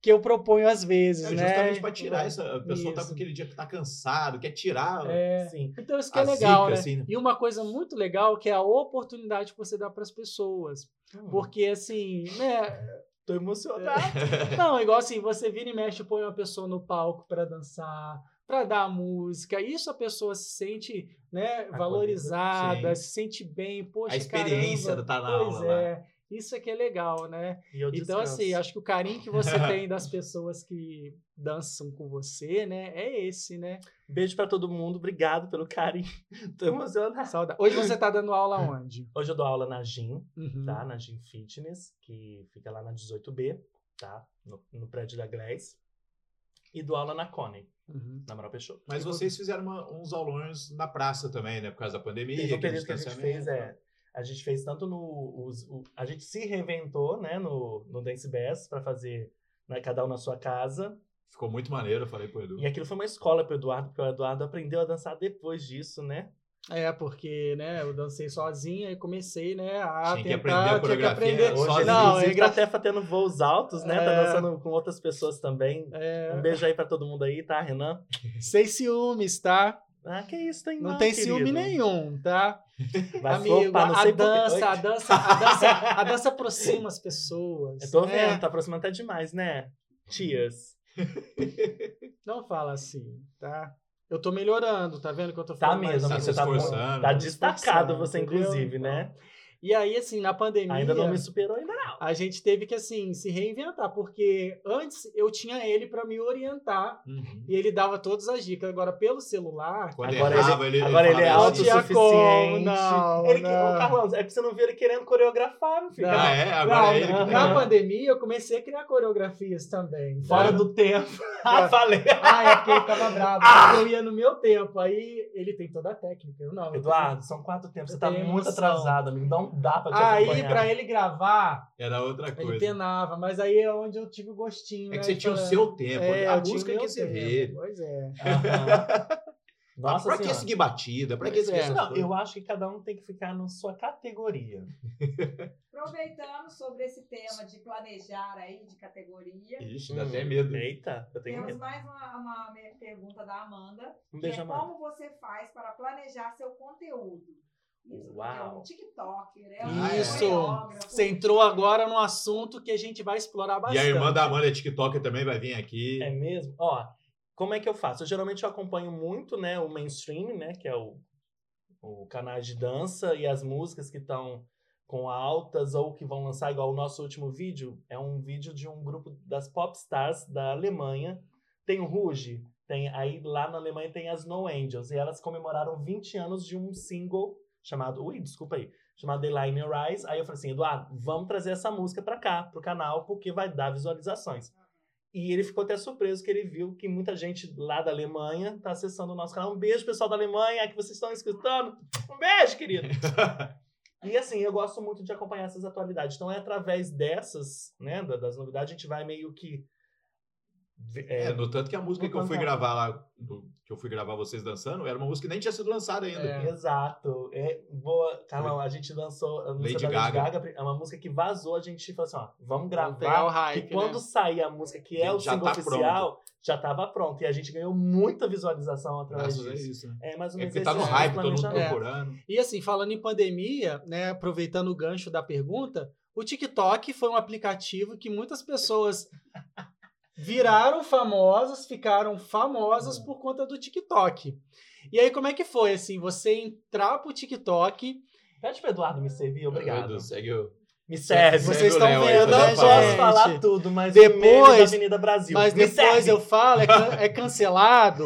S2: que eu proponho às vezes,
S1: É
S2: né?
S1: justamente pra tirar essa. A pessoa tá
S2: Isso.
S1: com aquele dia que tá cansado, quer tirar
S2: [laughs] É,
S3: Sim.
S2: Então isso que
S1: a
S2: é legal,
S1: zica,
S2: né?
S1: assim. né?
S2: E uma coisa muito legal que é a oportunidade que você dá para as pessoas.
S3: Por...
S2: Porque assim,
S1: [laughs]
S2: né?
S3: Tô
S2: É.
S3: emocionado.
S2: Não, igual assim, você vira e mexe, põe uma pessoa no palco pra dançar, pra dar música. Isso a pessoa se sente, né, valorizada,
S1: Sim.
S2: se sente bem, poxa,
S1: A experiência
S2: caramba.
S1: tá na
S2: Pois
S1: aula lá.
S2: é. Isso é que é legal, né?
S3: E eu
S2: Então,
S3: descanso.
S2: assim, acho que o carinho que você
S1: [laughs]
S2: tem das pessoas que dançam com você, né? É esse, né?
S3: Beijo pra todo mundo. Obrigado pelo carinho. [laughs] Tô
S1: Ah.
S3: emocionado.
S2: Saudade. Hoje você tá dando aula
S1: Hum.
S2: onde?
S3: Hoje eu dou aula na GIM.
S2: Uhum.
S3: tá? Na Gym Fitness, que fica lá na 18B, tá? No, no prédio da Glass. E dou aula na Cone,
S2: Uhum.
S3: na Moral Peixoto.
S1: Mas vocês fizeram uma- uns aulões na praça também, né? Por causa da pandemia.
S3: Teve um
S1: aquele
S3: período que a gente
S1: distanciamento.
S3: fez, é. A gente fez tanto no. os- o- a gente se reinventou, né, no, no Dance Bass, pra fazer né, cada um na sua casa.
S1: Ficou muito maneiro, eu falei pro Edu.
S3: E aquilo foi uma escola pro Eduardo, porque o Eduardo aprendeu a dançar depois disso, né?
S2: É, porque, né, eu dancei sozinha e comecei, né, a
S1: Tinha que
S2: tentar,
S1: aprender a
S2: tinha que
S1: coreografia
S2: aprender.
S1: sozinho.
S3: Hoje ele,
S2: Não, é
S3: inclusive,
S2: engra-
S3: tá até fa- tendo voos altos, né? Tá
S2: É.
S3: dançando com outras pessoas também.
S2: É,
S3: Um beijo aí pra todo mundo aí, tá, Renan?
S2: Sem ciúmes, tá?
S3: Ah, que isso, tem
S2: Não, tem ciúme
S3: querido.
S2: nenhum, tá?
S3: Vai
S2: Amigo,
S3: flopar, não
S2: a,
S3: sei por quê. Oi?
S2: dança, a dança, a dança, a dança aproxima as pessoas.
S3: Eu tô
S2: né?
S3: vendo, tá aproximando até demais, né? Tias.
S2: Não fala assim, tá? Eu tô melhorando, tá vendo que eu tô
S3: Tá
S2: falando mais
S3: mesmo,
S1: Tá
S2: assim?
S1: se
S3: você tá bom.
S1: esforçando.
S3: Tá
S2: Tô me
S3: destacado
S2: esforçando,
S3: você,
S2: entendeu?
S3: inclusive,
S2: Então,
S3: né?
S2: E aí, assim, na pandemia...
S3: Ainda não me superou ainda não.
S4: Total.
S2: A gente teve que, assim, se reinventar, porque antes eu tinha ele pra me orientar
S1: Uhum.
S2: e ele dava todas as dicas. Agora, pelo celular,
S1: Quando
S3: Agora
S1: errava, ele,
S3: agora ele é
S1: falava
S2: alto
S1: assim,
S2: e
S3: autossuficiente.
S2: Não tinha como, não,
S3: ele, que-
S2: não.
S3: Ô, Carlão, é porque você não viu ele querendo coreografar, meu filho.
S2: Não.
S1: Ah, é? Agora
S2: Não,
S1: é ele que
S2: na
S3: Aham.
S2: pandemia eu comecei a criar coreografias também.
S3: Fora
S1: É.
S3: do [laughs] tempo. Ah, falei.
S2: Ah, é porque ele tava bravo.
S1: Ah!
S2: Eu ia no meu tempo. Aí ele tem toda a técnica. Eu não. eu
S3: Eduardo, são quatro tempos. Você
S2: Eu
S3: tá
S2: tenho
S3: muito
S2: emoção.
S3: atrasado, amigo. Não dá pra te
S2: Aí,
S3: acompanhar.
S2: pra ele gravar,
S1: Era outra
S2: ele
S1: coisa.
S2: penava, mas aí é onde eu tive o gostinho.
S1: É
S2: né?
S1: que você tinha o
S2: Falando,
S1: seu tempo.
S2: é,
S1: a
S2: eu tinha o
S1: música
S2: meu
S1: que você
S2: tempo,
S1: vê.
S2: Pois é.
S3: Aham. [laughs] Nossa
S1: pra que
S3: senhora.
S1: seguir batida? Pra que seguir
S2: É.
S1: essas
S3: Não,
S1: coisas?
S3: eu acho que cada um tem que ficar na sua categoria.
S4: Aproveitando sobre esse tema de planejar aí, de categoria,
S1: Ixi, dá até medo.
S3: Eita, eu tenho
S4: temos
S3: medo.
S4: mais uma, uma pergunta da Amanda,
S3: Um
S4: que
S3: beijo,
S4: é
S3: Amanda.
S4: como você faz para planejar seu conteúdo? Isso, porque é
S3: Uau.
S4: um TikToker, é um
S1: Ah, é.
S2: Isso.
S4: coreógrafo.
S2: Você entrou agora num assunto que a gente vai explorar
S1: E
S2: bastante.
S1: a irmã da Amanda é TikToker também vai vir aqui.
S3: É mesmo? Ó, como é que eu faço? Eu geralmente eu acompanho muito, né, o mainstream, né, que é o, o canal de dança e as músicas que estão com altas ou que vão lançar, igual o nosso último vídeo, é um vídeo de um grupo das pop stars da Alemanha. Tem o Ruge, tem aí lá na Alemanha tem as No Angels e elas comemoraram 20 anos de um single chamado, ui, desculpa aí, chamado The Line Rise. Aí eu falei assim, Eduardo, vamos trazer essa música pra cá, pro canal, porque vai dar visualizações. E ele ficou até surpreso que ele viu que muita gente lá da Alemanha tá acessando o nosso canal. Um beijo, pessoal da Alemanha, que vocês estão escutando. Um
S1: [laughs]
S3: beijo, querido. e assim, eu gosto muito de acompanhar essas atualidades. Então é através dessas, né, da- das novidades, a gente vai meio que ve-
S1: É,
S3: é,
S1: no tanto que a música
S3: no
S1: que eu fui
S3: tanto-
S1: gravar lá, do- que eu fui gravar vocês dançando, era uma música que nem tinha sido lançada ainda.
S2: É.
S3: Exato. É boa. Carlão, a gente lançou a música
S1: Lady
S3: da Lady
S1: Gaga.
S3: Gaga. É uma música que vazou, a gente falou assim, ó,
S2: Vamos
S3: vamos
S2: pegar o
S3: gravar.
S2: hype,
S3: E quando
S2: né?
S3: sair a música, que é o
S1: Já
S3: single
S1: tá
S3: oficial, já tava pronto. E a gente ganhou muita visualização através
S1: Graças a
S3: disso.
S1: isso, né?
S3: É mais ou
S1: É
S3: menos
S1: porque tá
S3: esse
S1: no
S3: tipo de
S1: hype, todo mundo
S3: planejamento.
S1: procurando.
S2: E assim, falando em pandemia, né, aproveitando o gancho da pergunta, o TikTok foi um aplicativo que muitas pessoas viraram famosas, ficaram
S3: Hum.
S2: famosas por conta do TikTok. E aí, como é que foi, assim, você entrar pro TikTok,
S3: É. Pede pro Eduardo me servir,
S1: Meu
S3: obrigado.
S1: Deus, segue o-
S3: Me serve.
S1: Segue
S2: Vocês
S1: o
S2: estão
S1: Léo aí,
S2: vendo,
S3: eu
S1: tá
S3: não
S2: né,
S3: posso
S1: falando.
S2: gente?
S3: falar tudo, mas
S2: Depois-
S3: o meme da Avenida Brasil.
S2: mas
S3: me
S2: depois
S3: serve.
S2: eu falo, é, can- é cancelado,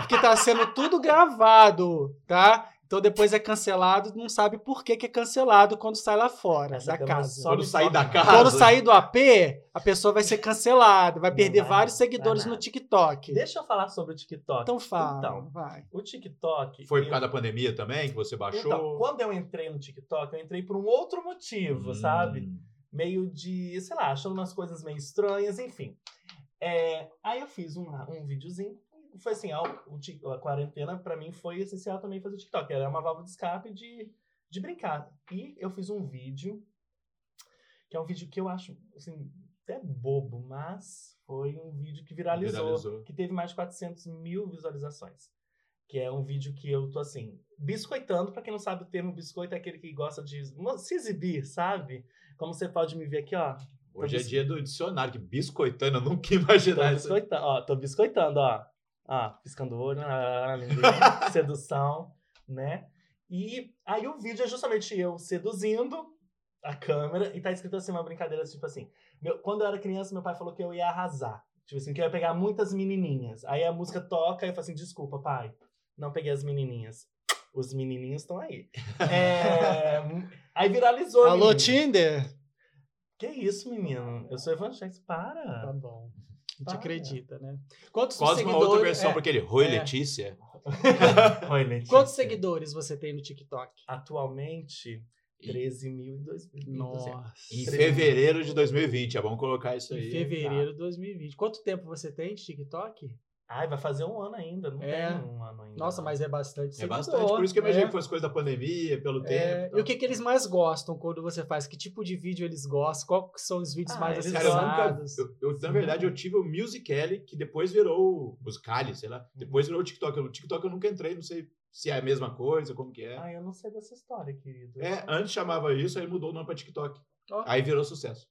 S2: porque tá sendo tudo gravado, tá? Então depois é cancelado, não sabe por que que é cancelado quando sai lá fora
S3: Essa
S2: da
S3: câmera
S2: casa.
S3: só
S1: Quando
S3: me
S1: sair
S3: sobe.
S1: da casa.
S2: Quando sair do AP, a pessoa vai ser cancelada, vai
S3: Não
S2: perder
S3: vai,
S2: vários
S3: vai
S2: seguidores no
S3: nada.
S2: TikTok.
S3: Deixa eu falar sobre o TikTok.
S2: Então fala,
S3: Então,
S2: vai.
S3: o TikTok.
S1: Foi
S3: eu-
S1: por causa da pandemia também, que você baixou?
S3: Então, quando eu entrei no TikTok, eu entrei por um outro motivo,
S1: Hum.
S3: sabe? Meio de, sei lá, achando umas coisas meio estranhas, enfim. É, aí eu fiz um, um videozinho. Foi assim, a, o ti- a quarentena pra mim foi essencial também fazer o TikTok. Era uma válvula de escape de, de brincar. E eu fiz um vídeo, que é um vídeo que eu acho, assim, até bobo, mas foi um vídeo que viralizou
S1: Viralizou.
S3: que teve mais de 400 mil visualizações. Que é um vídeo que eu tô assim, biscoitando. Pra quem não sabe, o termo biscoito é aquele que gosta de se exibir, sabe? Como você pode me ver aqui, ó.
S2: Então,
S1: Hoje é
S3: Tô bis-
S1: dia do dicionário, que biscoitando, eu [laughs] nunca
S3: Tô
S2: Então,
S1: imaginava isso.
S3: biscoitando, ó. Tô biscoitando, ó. Ó, piscando o olho, ah, linguinha, sedução, né? E aí o vídeo é justamente eu seduzindo a câmera e tá escrito assim, uma brincadeira, tipo assim. meu- quando eu era criança, meu pai falou que eu ia arrasar. Tipo assim, que eu ia pegar muitas menininhas. Aí a música toca e eu falo assim, desculpa, pai, não peguei as menininhas. Os menininhos estão aí. É, aí viralizou.
S2: Alô,
S3: menino.
S2: Tinder?
S3: Que isso, menino? Eu sou evangélico. Para.
S2: Tá bom. A gente
S3: Para.
S2: acredita, né? Quantos
S1: Quase uma
S2: seguidores?
S1: outra versão
S2: é,
S1: pra aquele Rui
S2: É.
S1: Letícia.
S3: Oi, Letícia.
S2: Quantos seguidores você tem no TikTok?
S3: Atualmente, 13.002.
S2: Nossa.
S1: Em
S3: Três.
S1: fevereiro de 2020, é bom colocar isso aí.
S2: Em fevereiro de 2020. Quanto tempo você tem de TikTok?
S3: Ai, vai fazer um ano ainda. Não
S2: É.
S3: tem um ano ainda.
S2: Nonossa,
S3: não.
S2: mas é bastante
S1: É
S2: seguidor.
S1: bastante, por isso que eu imaginei
S2: né?
S1: que fosse coisa da pandemia, pelo
S2: É,
S1: tempo. então.
S2: e o que, que eles mais gostam quando você faz? Que tipo de vídeo eles gostam? Qual que são os vídeos
S3: Ah,
S2: mais
S3: eles-
S1: Cara, eu nunca.
S2: acessados?
S1: eu- eu, na verdade, eu tive o Musical.ly, que depois virou o Musical.ly, sei
S2: Uhum.
S1: lá. Depois virou o TikTok. O TikTok eu nunca entrei, não sei se é a mesma coisa, como que
S2: Ah,
S1: é.
S3: Ai, eu não sei dessa história, querido.
S1: É, antes chamava isso, aí mudou o nome pra TikTok.
S2: Ó.
S1: Aí virou sucesso.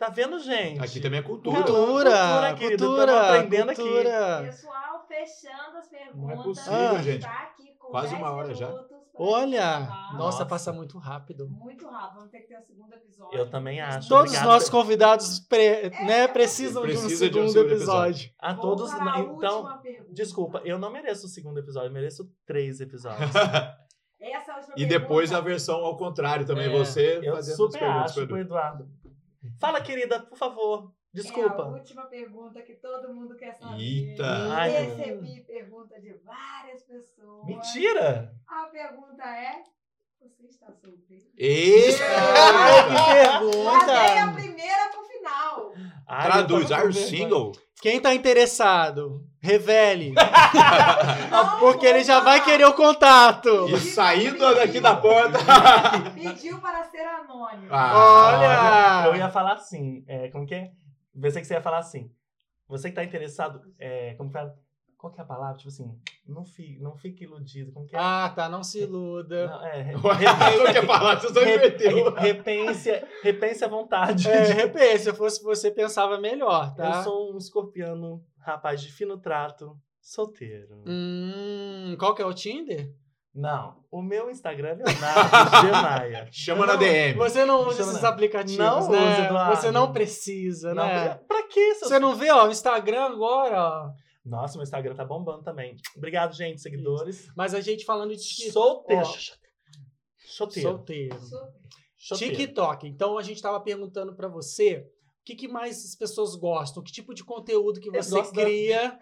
S3: Tá vendo, gente?
S1: Aqui também é cultura.
S3: Cara,
S2: Cultura,
S3: Cultura, querido,
S2: cultura,
S3: tamo aprendendo aqui.
S2: cultura.
S4: Pessoal, fechando as perguntas.
S3: é
S1: possível,
S4: a
S1: gente.
S4: Tá aqui com
S1: Quase
S4: 10
S1: uma hora já.
S4: minutos
S2: Olha!
S4: Ah,
S2: Nossa,
S3: Nossa.
S2: passa muito rápido.
S4: Muito rápido, vamos ter que ter o segundo episódio.
S3: Eu também acho.
S2: Todos os
S3: Obrigado.
S2: nossos convidados pre- né, precisam
S1: Precisa
S2: de um segundo episódio.
S3: A
S4: Vamos
S3: todos.
S4: para a
S3: Então,
S4: última pergunta.
S3: desculpa, eu não mereço o segundo episódio, eu mereço
S1: [laughs]
S3: três episódios.
S4: Essa é a última
S1: E depois a
S4: pergunta.
S1: versão ao contrário também,
S2: É,
S1: você
S3: Eu
S1: fazendo as
S3: super
S1: perguntas.
S3: acho
S1: Pedro.
S3: pro Eduardo. Fala, querida, por favor.
S4: É a
S3: Desculpa.
S4: última pergunta que todo mundo quer saber.
S1: Eita.
S3: Ai, meu
S4: Recebi pergunta de várias pessoas.
S3: Mentira!
S4: A pergunta é: você está solteiro?
S1: Eita!
S2: [laughs] Ai, que
S4: Guardei a
S2: pergunta!
S4: primeira pro final.
S3: Ai, eu
S1: Traduz,
S3: tava
S1: are
S3: com
S1: you
S3: vergonha.
S1: single?
S2: Quem tá interessado, revele.
S4: Não
S2: Ah, Porque
S4: vou
S2: ele já vai
S4: falar.
S2: querer o contato.
S1: E saindo daqui da
S2: [laughs]
S1: porta.
S4: Pediu para ser anônimo.
S2: Ah. Olha!
S3: Eu ia falar assim, é, como que é? Pensei que você ia falar assim. Você que tá interessado, é, como que é? Qual que é a palavra? Tipo assim, não fique, não fique iludido. Como que é?
S2: Ah, tá, não se iluda. [laughs]
S3: Não, é,
S1: Olha, quer falar, você só inverteu.
S3: re- repense, repense à vontade.
S2: É, repente, se eu fosse você, pensava melhor, tá?
S3: Eu sou um escorpiano, rapaz de fino trato, solteiro.
S2: Hum, qual que é o Tinder?
S3: Não, o meu Instagram é Leonardo
S2: [laughs]
S3: G. Maia.
S1: Chama na DM.
S2: Você não usa
S3: Funciona.
S2: esses aplicativos,
S3: Não
S2: né?
S3: usa, Eduardo.
S2: Você não precisa,
S3: Não,
S2: né?
S3: Pra que seu...
S2: Você não vê, ó, o Instagram agora, ó.
S3: Nossa, meu Instagram tá bombando também. Obrigado, gente, seguidores.
S2: Mas a gente falando de ti-
S3: Solteiro.
S2: Ó.
S3: Solteiro.
S2: solteiro.
S4: Sou-
S3: Solteiro.
S2: TikTok. Então a gente tava perguntando pra você o que, que mais as pessoas gostam, que tipo de conteúdo que
S3: Eles
S2: você
S3: gostam da-
S2: cria.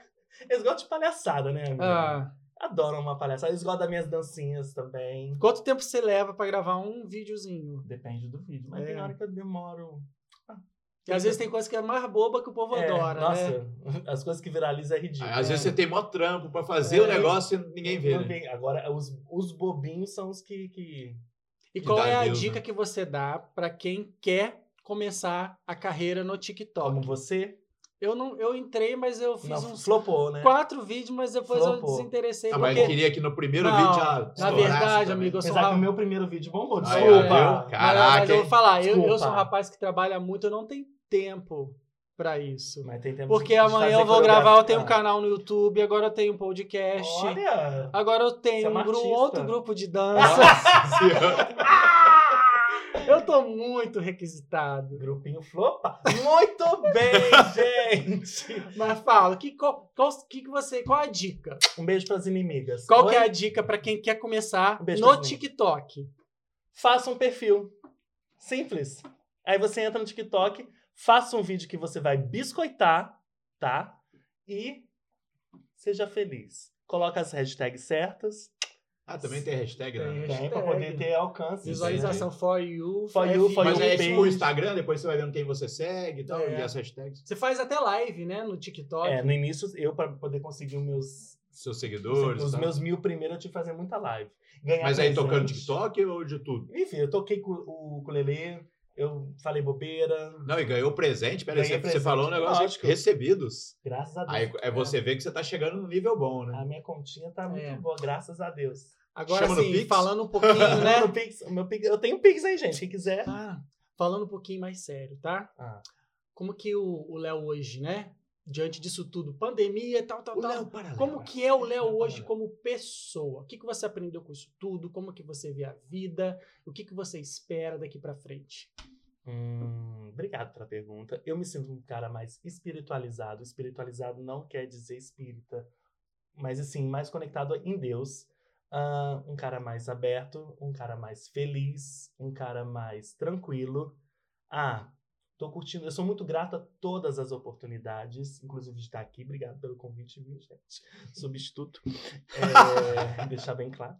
S3: Eles gostam de palhaçada, né, amigo?
S2: Ah,
S3: Adoram uma palhaçada. Eles gostam das minhas dancinhas também.
S2: quanto tempo você leva pra gravar um videozinho?
S3: Depende do vídeo. Mas
S2: É.
S3: tem hora que eu demoro.
S2: E às vezes tem coisa que é mais boba que o povo
S3: É,
S2: adora,
S3: Nossa,
S2: né?
S3: as coisas que viralizam é ridículo.
S1: Às
S3: É.
S1: vezes você tem mó trampo pra fazer
S2: É.
S1: o negócio e ninguém vê,
S3: Não
S1: né?
S3: vem. Agora, os, os bobinhos são os que. que...
S2: E
S1: Que
S2: qual
S1: dá
S2: é a
S1: views,
S2: dica
S1: né?
S2: que você dá pra quem quer começar a carreira no TikTok?
S3: Como você.
S2: Eu não, eu entrei, mas eu fiz
S3: Não,
S2: uns é
S3: flopou, né?
S2: quatro vídeos, mas depois
S3: Flopou.
S2: eu desinteressei. um
S1: Ah, mas
S2: porque-
S1: ele queria que no primeiro
S2: Não,
S1: vídeo já
S2: na
S1: estourasse
S2: verdade,
S1: também.
S2: amigo, eu sou
S3: Apesar que o
S2: ra-
S3: meu primeiro vídeo bombou.
S1: Aí,
S3: Desculpa.
S1: ó,
S2: Desculpa.
S1: viu?
S2: Mas,
S1: Caraca,
S2: eu vou
S1: hein?
S2: falar, eu, eu
S3: Desculpa.
S2: sou um rapaz que trabalha muito, eu não tenho tempo pra isso.
S3: Mas tem tempo
S2: Porque
S3: de
S2: amanhã
S3: fazer
S2: eu vou gravar, eu
S3: tá coreografia.
S2: tenho um canal no YouTube, agora eu tenho um podcast.
S3: Olha!
S2: Agora eu
S3: Você é
S2: tenho
S3: um
S2: um gru-
S3: artista.
S2: outro grupo de dança.
S1: Nossa senhora.
S2: eu tô muito requisitado.
S3: Grupinho flopa. Muito
S2: [laughs]
S3: bem, gente!
S2: Mas fala, que, qual, qual- que que você, qual a dica?
S3: Um beijo pras inimigas.
S2: Qual que
S3: Oi?
S2: é a dica pra quem quer começar
S3: Um beijo pra
S2: no
S3: você.
S2: TikTok?
S3: Faça um perfil. Simples. Aí você entra no TikTok, faça um vídeo que você vai biscoitar, tá? E seja feliz. Coloca as hashtags certas.
S1: Ah, também tem hashtag,
S2: Tem
S1: né?
S2: hashtag.
S3: Tem pra poder ter alcance.
S2: Visualização for you,
S3: For you, for
S2: FB.
S1: Mas
S3: you,
S1: é
S3: page.
S1: tipo o Instagram, depois você vai vendo quem você segue e tal,
S2: um É.
S1: e as hashtags.
S2: Você faz até live, né, no TikTok.
S3: É, no início, eu, pra poder conseguir os meus,
S1: Seus seguidores.
S3: os
S1: tal.
S3: meus mil primeiro, eu tive que fazer muita live. Ganhar
S1: Mas aí
S3: presente.
S1: tocando TikTok ou de tudo?
S3: Enfim, eu toquei cu- o ukulele, eu falei bobeira.
S1: Não, e ganhou presente? Peraí,
S3: Ganhei
S1: você, você
S3: presente,
S1: falou um negócio aí,
S3: lógico.
S1: recebidos.
S3: Graças a Deus.
S1: Aí é você vê que você tá chegando num nível bom, né?
S3: A minha continha tá
S2: É.
S3: muito boa, graças a Deus.
S2: Agora
S1: Chama no
S2: sim,
S1: Pix?
S2: falando um pouquinho,
S3: Né?
S2: né?
S3: No Pix, [laughs] o meu Pix, eu tenho Pix aí, gente, quem quiser.
S2: Tá. Falando um pouquinho mais sério, tá?
S3: Ah.
S2: Como que o o Léo hoje, né? Diante disso tudo, pandemia, tal,
S3: Ah,
S2: tal,
S1: O
S2: tal.
S3: então,
S1: Léo Paralelo.
S2: Como que é o Léo
S3: Léo
S2: hoje
S3: Paralelo.
S2: como pessoa? O que, que você aprendeu com isso tudo? Como que você vê a vida? O que, que você espera daqui pra frente?
S3: Hum, obrigado pela pergunta. Eu me sinto um cara mais espiritualizado. Espiritualizado não quer dizer espírita, mas assim, mais conectado em Deus. Ah, um cara mais aberto, um cara mais feliz, um cara mais tranquilo. Ah, tô curtindo. Eu sou muito grato a todas as oportunidades, inclusive de estar aqui. Obrigado pelo convite, viu, gente? Substituto. É, deixar bem claro.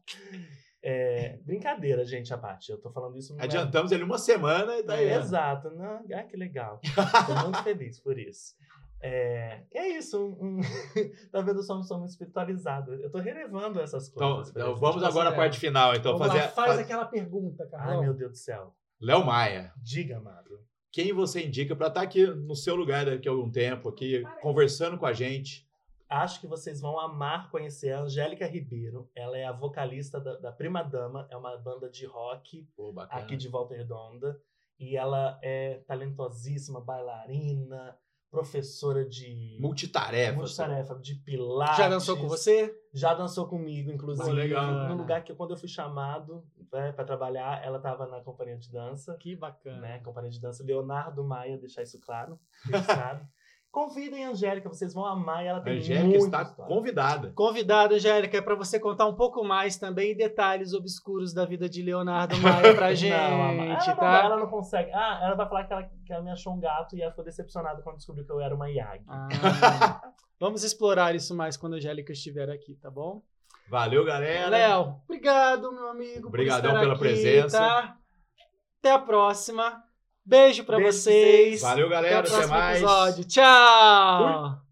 S3: É, brincadeira, gente, a parte. Eu tô falando isso não é-
S1: Adiantamos ele uma semana e tá aí.
S3: é,
S1: né?
S3: Exato. Não, ah, que legal. Estou muito feliz por isso. É, é isso. Um, [laughs] um, tá vendo? Somos, somos espiritualizados. Eu tô relevando essas
S1: Então,
S3: coisas. por
S1: então
S3: exemplo.
S1: vamos
S3: Tipo
S1: agora à
S3: assim,
S1: parte final. Então,
S2: Vamos
S1: fazer.
S2: lá, faz
S1: faz-
S2: aquela pergunta,
S3: Ai,
S2: Carol.
S3: meu Deus do céu.
S1: Léo Maia,
S3: Diga, amado.
S1: quem você indica pra estar aqui no seu lugar daqui a algum tempo, aqui, conversando com a gente?
S3: Acho que vocês vão amar conhecer a Angélica Ribeiro. Ela é a vocalista da, da Prima Dama. É uma banda de rock
S1: Pô, bacana.
S3: aqui de Volta Redonda. E ela é talentosíssima, é bailarina, professora de
S1: Multitarefa.
S3: multitarefa, de pilates.
S2: Já dançou com você?
S3: Já dançou comigo, inclusive.
S1: Pô, legal,
S3: no
S2: né?
S3: lugar que quando eu fui chamado né, para trabalhar, ela estava na companhia de dança,
S2: Que
S1: É.
S2: bacana.
S3: né? Companhia de dança Leonardo Maia, deixar isso claro. ele
S1: [laughs]
S3: sabe. Convidem a Angélica, vocês vão amar. e Ela
S1: A
S3: tem
S1: Angélica
S3: muita
S1: está
S3: história.
S1: convidada.
S2: Convidada, Angélica, para você contar um pouco mais também detalhes obscuros da vida de Leonardo Maia pra gente,
S3: [laughs] não, ama- ela, não-
S2: tá?
S3: ela não consegue. Ah, ela vai falar que ela, que ela me achou um gato e ela ficou decepcionada quando descobriu que eu era uma Yagi.
S2: Ah, [laughs] vamos explorar isso mais quando a Angélica estiver aqui, tá bom?
S1: Valeu, galera.
S2: Léo, obrigado, meu amigo.
S1: Obrigadão
S2: por estar
S1: pela
S2: aqui,
S1: presença.
S2: tá? Até a próxima. Beijo pra
S3: Beijo pra
S2: vocês.
S3: vocês.
S1: Valeu,
S2: Até o
S1: galera. Até,
S2: próximo
S1: mais.
S2: episódio. Tchau.